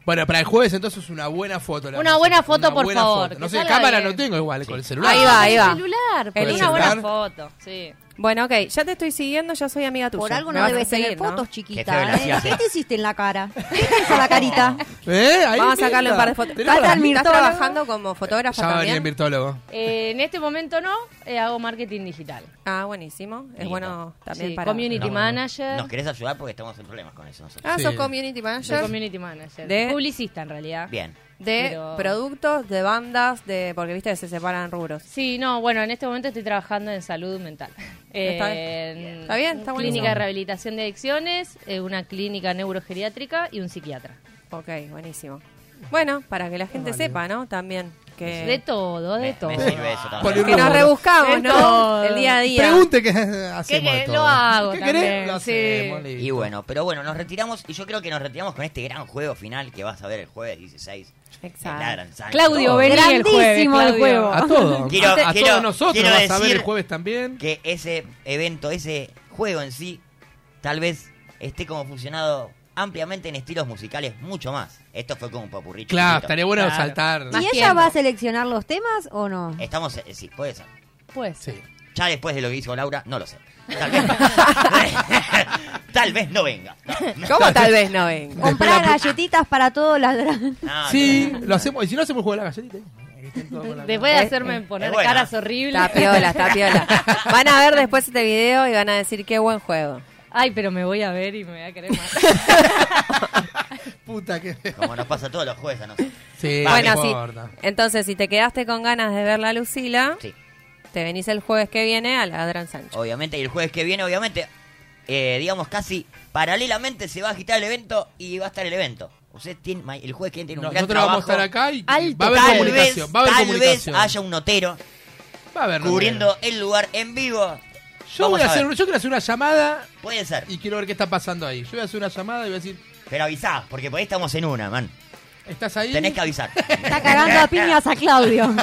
Bueno, para el jueves entonces una buena foto. la
Una
vamos a
buena
hacer,
foto, por favor,
foto. No
que
sé,
salga
cámara
bien.
no tengo igual con el celular.
Ahí va, ahí
El
va.
celular,
El
pero una buena
celular.
foto. Sí.
Bueno, ok, ya te estoy siguiendo, ya soy amiga tuya.
Por algo
Me
no
vas a
debes tener
seguir, ¿no?
fotos,
Qué feo,
chiquita. ¿eh?
gracias.
¿Qué te hiciste en la
<laughs>
cara? ¿Qué te hizo la carita?
¿Eh? Ahí
Vamos a sacarle
mira.
un par de fotos.
Tenemos
¿Estás,
las
estás
mil-
trabajando como fotógrafa
Ya va a venir el
también?
virtólogo.
Eh, en este momento no, eh, hago marketing digital.
Ah, buenísimo. Es
Lindo.
bueno también
Sí,
para...
community
No,
manager.
Nos querés ayudar porque estamos en problemas con eso nosotros.
Ah,
Sí.
sos community
Soy
manager
community manager.
De-
Publicista en realidad.
Bien.
de
Pero-
productos, de bandas, de porque viste se separan rubros.
Sí, no, bueno, en este momento estoy trabajando en salud mental.
<laughs> Está bien.
Eh, en
Está bien, está buenísimo.
Clínica de rehabilitación de adicciones, eh, una clínica neurogeriátrica y un psiquiatra.
Ok, buenísimo. Bueno, para que la gente sepa, ¿no? También que...
De todo, de
Me,
todo.
me sirve eso también.
Polirrubro.
Que nos rebuscamos,
De
¿no?
todo.
El día a día.
Pregunte qué hacemos.
que
de todo.
lo hago
¿Qué
también,
querés? Lo
sí.
hacemos, listo.
Y bueno, pero bueno, nos retiramos y yo creo que nos retiramos con este gran juego final que vas a ver el jueves 16. en la
Exacto.
Gran Sancho.
Claudio, vení el jueves.
Oh, Grandísimo el
Claudio.
juego.
A todos.
Quiero-
a a
quiero-
todos nosotros.
quiero
Vas a ver
decir-
el jueves también.
Que ese evento, ese juego en sí, tal vez esté como funcionado ampliamente en estilos musicales mucho más. Esto fue como un popurrí.
Claro,
chiquitito.
estaría bueno
Claro.
saltar.
¿Y
Más
ella
tiempo.
va a seleccionar los temas o no?
Estamos, eh, sí, puede ser.
Pues,
Sí.
Ya después de lo que hizo Laura, no lo sé. Tal
<laughs>
vez, tal vez no venga.
¿Cómo tal vez no venga?
Comprar galletitas para todos las dra-
No,
Sí,
no, no.
lo hacemos. Y si no hacemos el juego de la galletita. Ahí están todos con la-
después de hacerme poner
es buena.
caras horribles.
Eh, Está piola, está piola. Van a ver después este video y van a decir qué buen juego.
<laughs> Ay, pero me voy a ver y me voy a querer más.
Puta que.
Como nos pasa todos los jueves a nosotros.
Sí,
Va,
bueno,
Ah, no
sí.
importa.
Entonces, si te quedaste con ganas de ver la Lucila,
Sí.
te venís el jueves que viene a la Gran Sancho.
Obviamente, y el jueves que viene, obviamente, eh, digamos casi paralelamente se va a agitar el evento y va a estar el evento. Usted tiene, ma- el jueves que viene tiene un gran
Nosotros vamos a
trabajo.
estar acá y
Alto.
va a haber
tal
comunicación.
vez,
va a haber
tal
comunicación.
vez haya un notero
va a haber
cubriendo el lugar en vivo.
Yo,
Vamos
voy a
a ver.
hacer, yo quiero hacer una llamada
Puede ser,
y quiero ver qué está pasando ahí. Yo voy a hacer una llamada y voy a decir,
pero avisá, porque por ahí estamos en una, man.
¿estás ahí?
Tenés que
<laughs>
avisar. Estoy
Está cagando a piñas a
<laughs>
Claudio.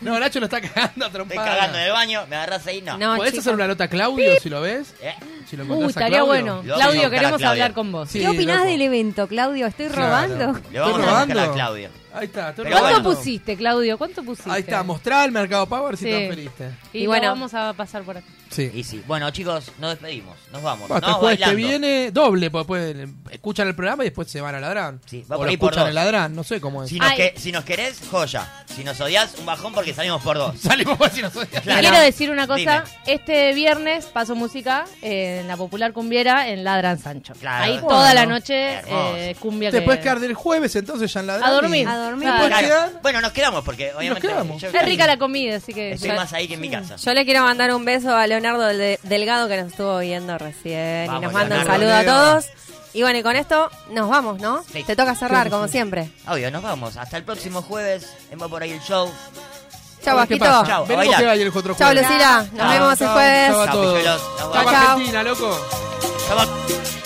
No, Nacho lo está <laughs> cagando a trompada.
cagando en el baño, me agarrás ahí, no.
No,
¿Podés
chicos.
hacer una nota a Claudio si lo ves?
Eh,
Si lo encontrás
Uy,
a
Uh, estaría
Claudio.
Lo
bueno.
vamos a
Claudio,
buscar a
queremos
Claudio.
hablar con vos.
Sí,
¿Qué opinás
loco.
del evento, Claudio? ¿Estoy
Claro.
robando.
Le vamos
Estoy
a buscar a
robando.
Claudio.
Ahí está, estoy
Pero
¿Cuánto
bueno.
pusiste, Claudio? ¿Cuánto pusiste?
Ahí está, mostrá el Mercado Power si
Sí.
transferiste.
Y,
Y bueno.
lo vamos a pasar por aquí.
Sí.
Y sí, bueno chicos, nos despedimos, nos vamos.
Bueno, hasta el
nos
jueves que
bailando.
viene, doble, porque después escuchan el programa y después se van a ladrán.
Sí, va
o
por
lo
ahí por
escuchan
dos.
el ladrán, no sé cómo es.
Si <laughs> nos,
Ay.
que- si nos querés, joya. Si nos odias, un bajón porque salimos por dos.
Salimos por si nosotros.
Claro.
Quiero decir una cosa. Este viernes paso música eh, en la popular cumbiera en Ladran Sancho.
Claro.
Ahí
Bueno.
toda la noche
Hermoso.
eh, cumbia
Te
que-
puedes quedar del jueves entonces ya en ladrán.
A dormir.
y-
A dormir.
¿Te puedes
Ah, Claro.
quedar?
Bueno, nos quedamos porque obviamente.
Pues quedamos.
yo-
Es rica la comida, así que...
Estoy más ahí que en mi casa.
Yo le quiero mandar un beso a Leonardo de- Delgado que nos estuvo viendo recién
Vamos,
y nos manda un
Leonardo,
saludo a
Leo.
todos. Y bueno, y con esto nos vamos, ¿no?
Sí.
Te toca cerrar, como siempre.
Obvio, nos vamos. Hasta el próximo jueves. En Va por ahí el show.
Chau,
Oye, ¿qué
Vasquito.
pasa?
Chao, a
Venimos
bailar.
que hay el otro
Chao,
jueves.
Lucila. Nos
Chao,
vemos el
Chao,
jueves.
Chao a
Chao,
todos.
pijuelos. Nos
Chao,
vemos.
Argentina, loco.
Chau,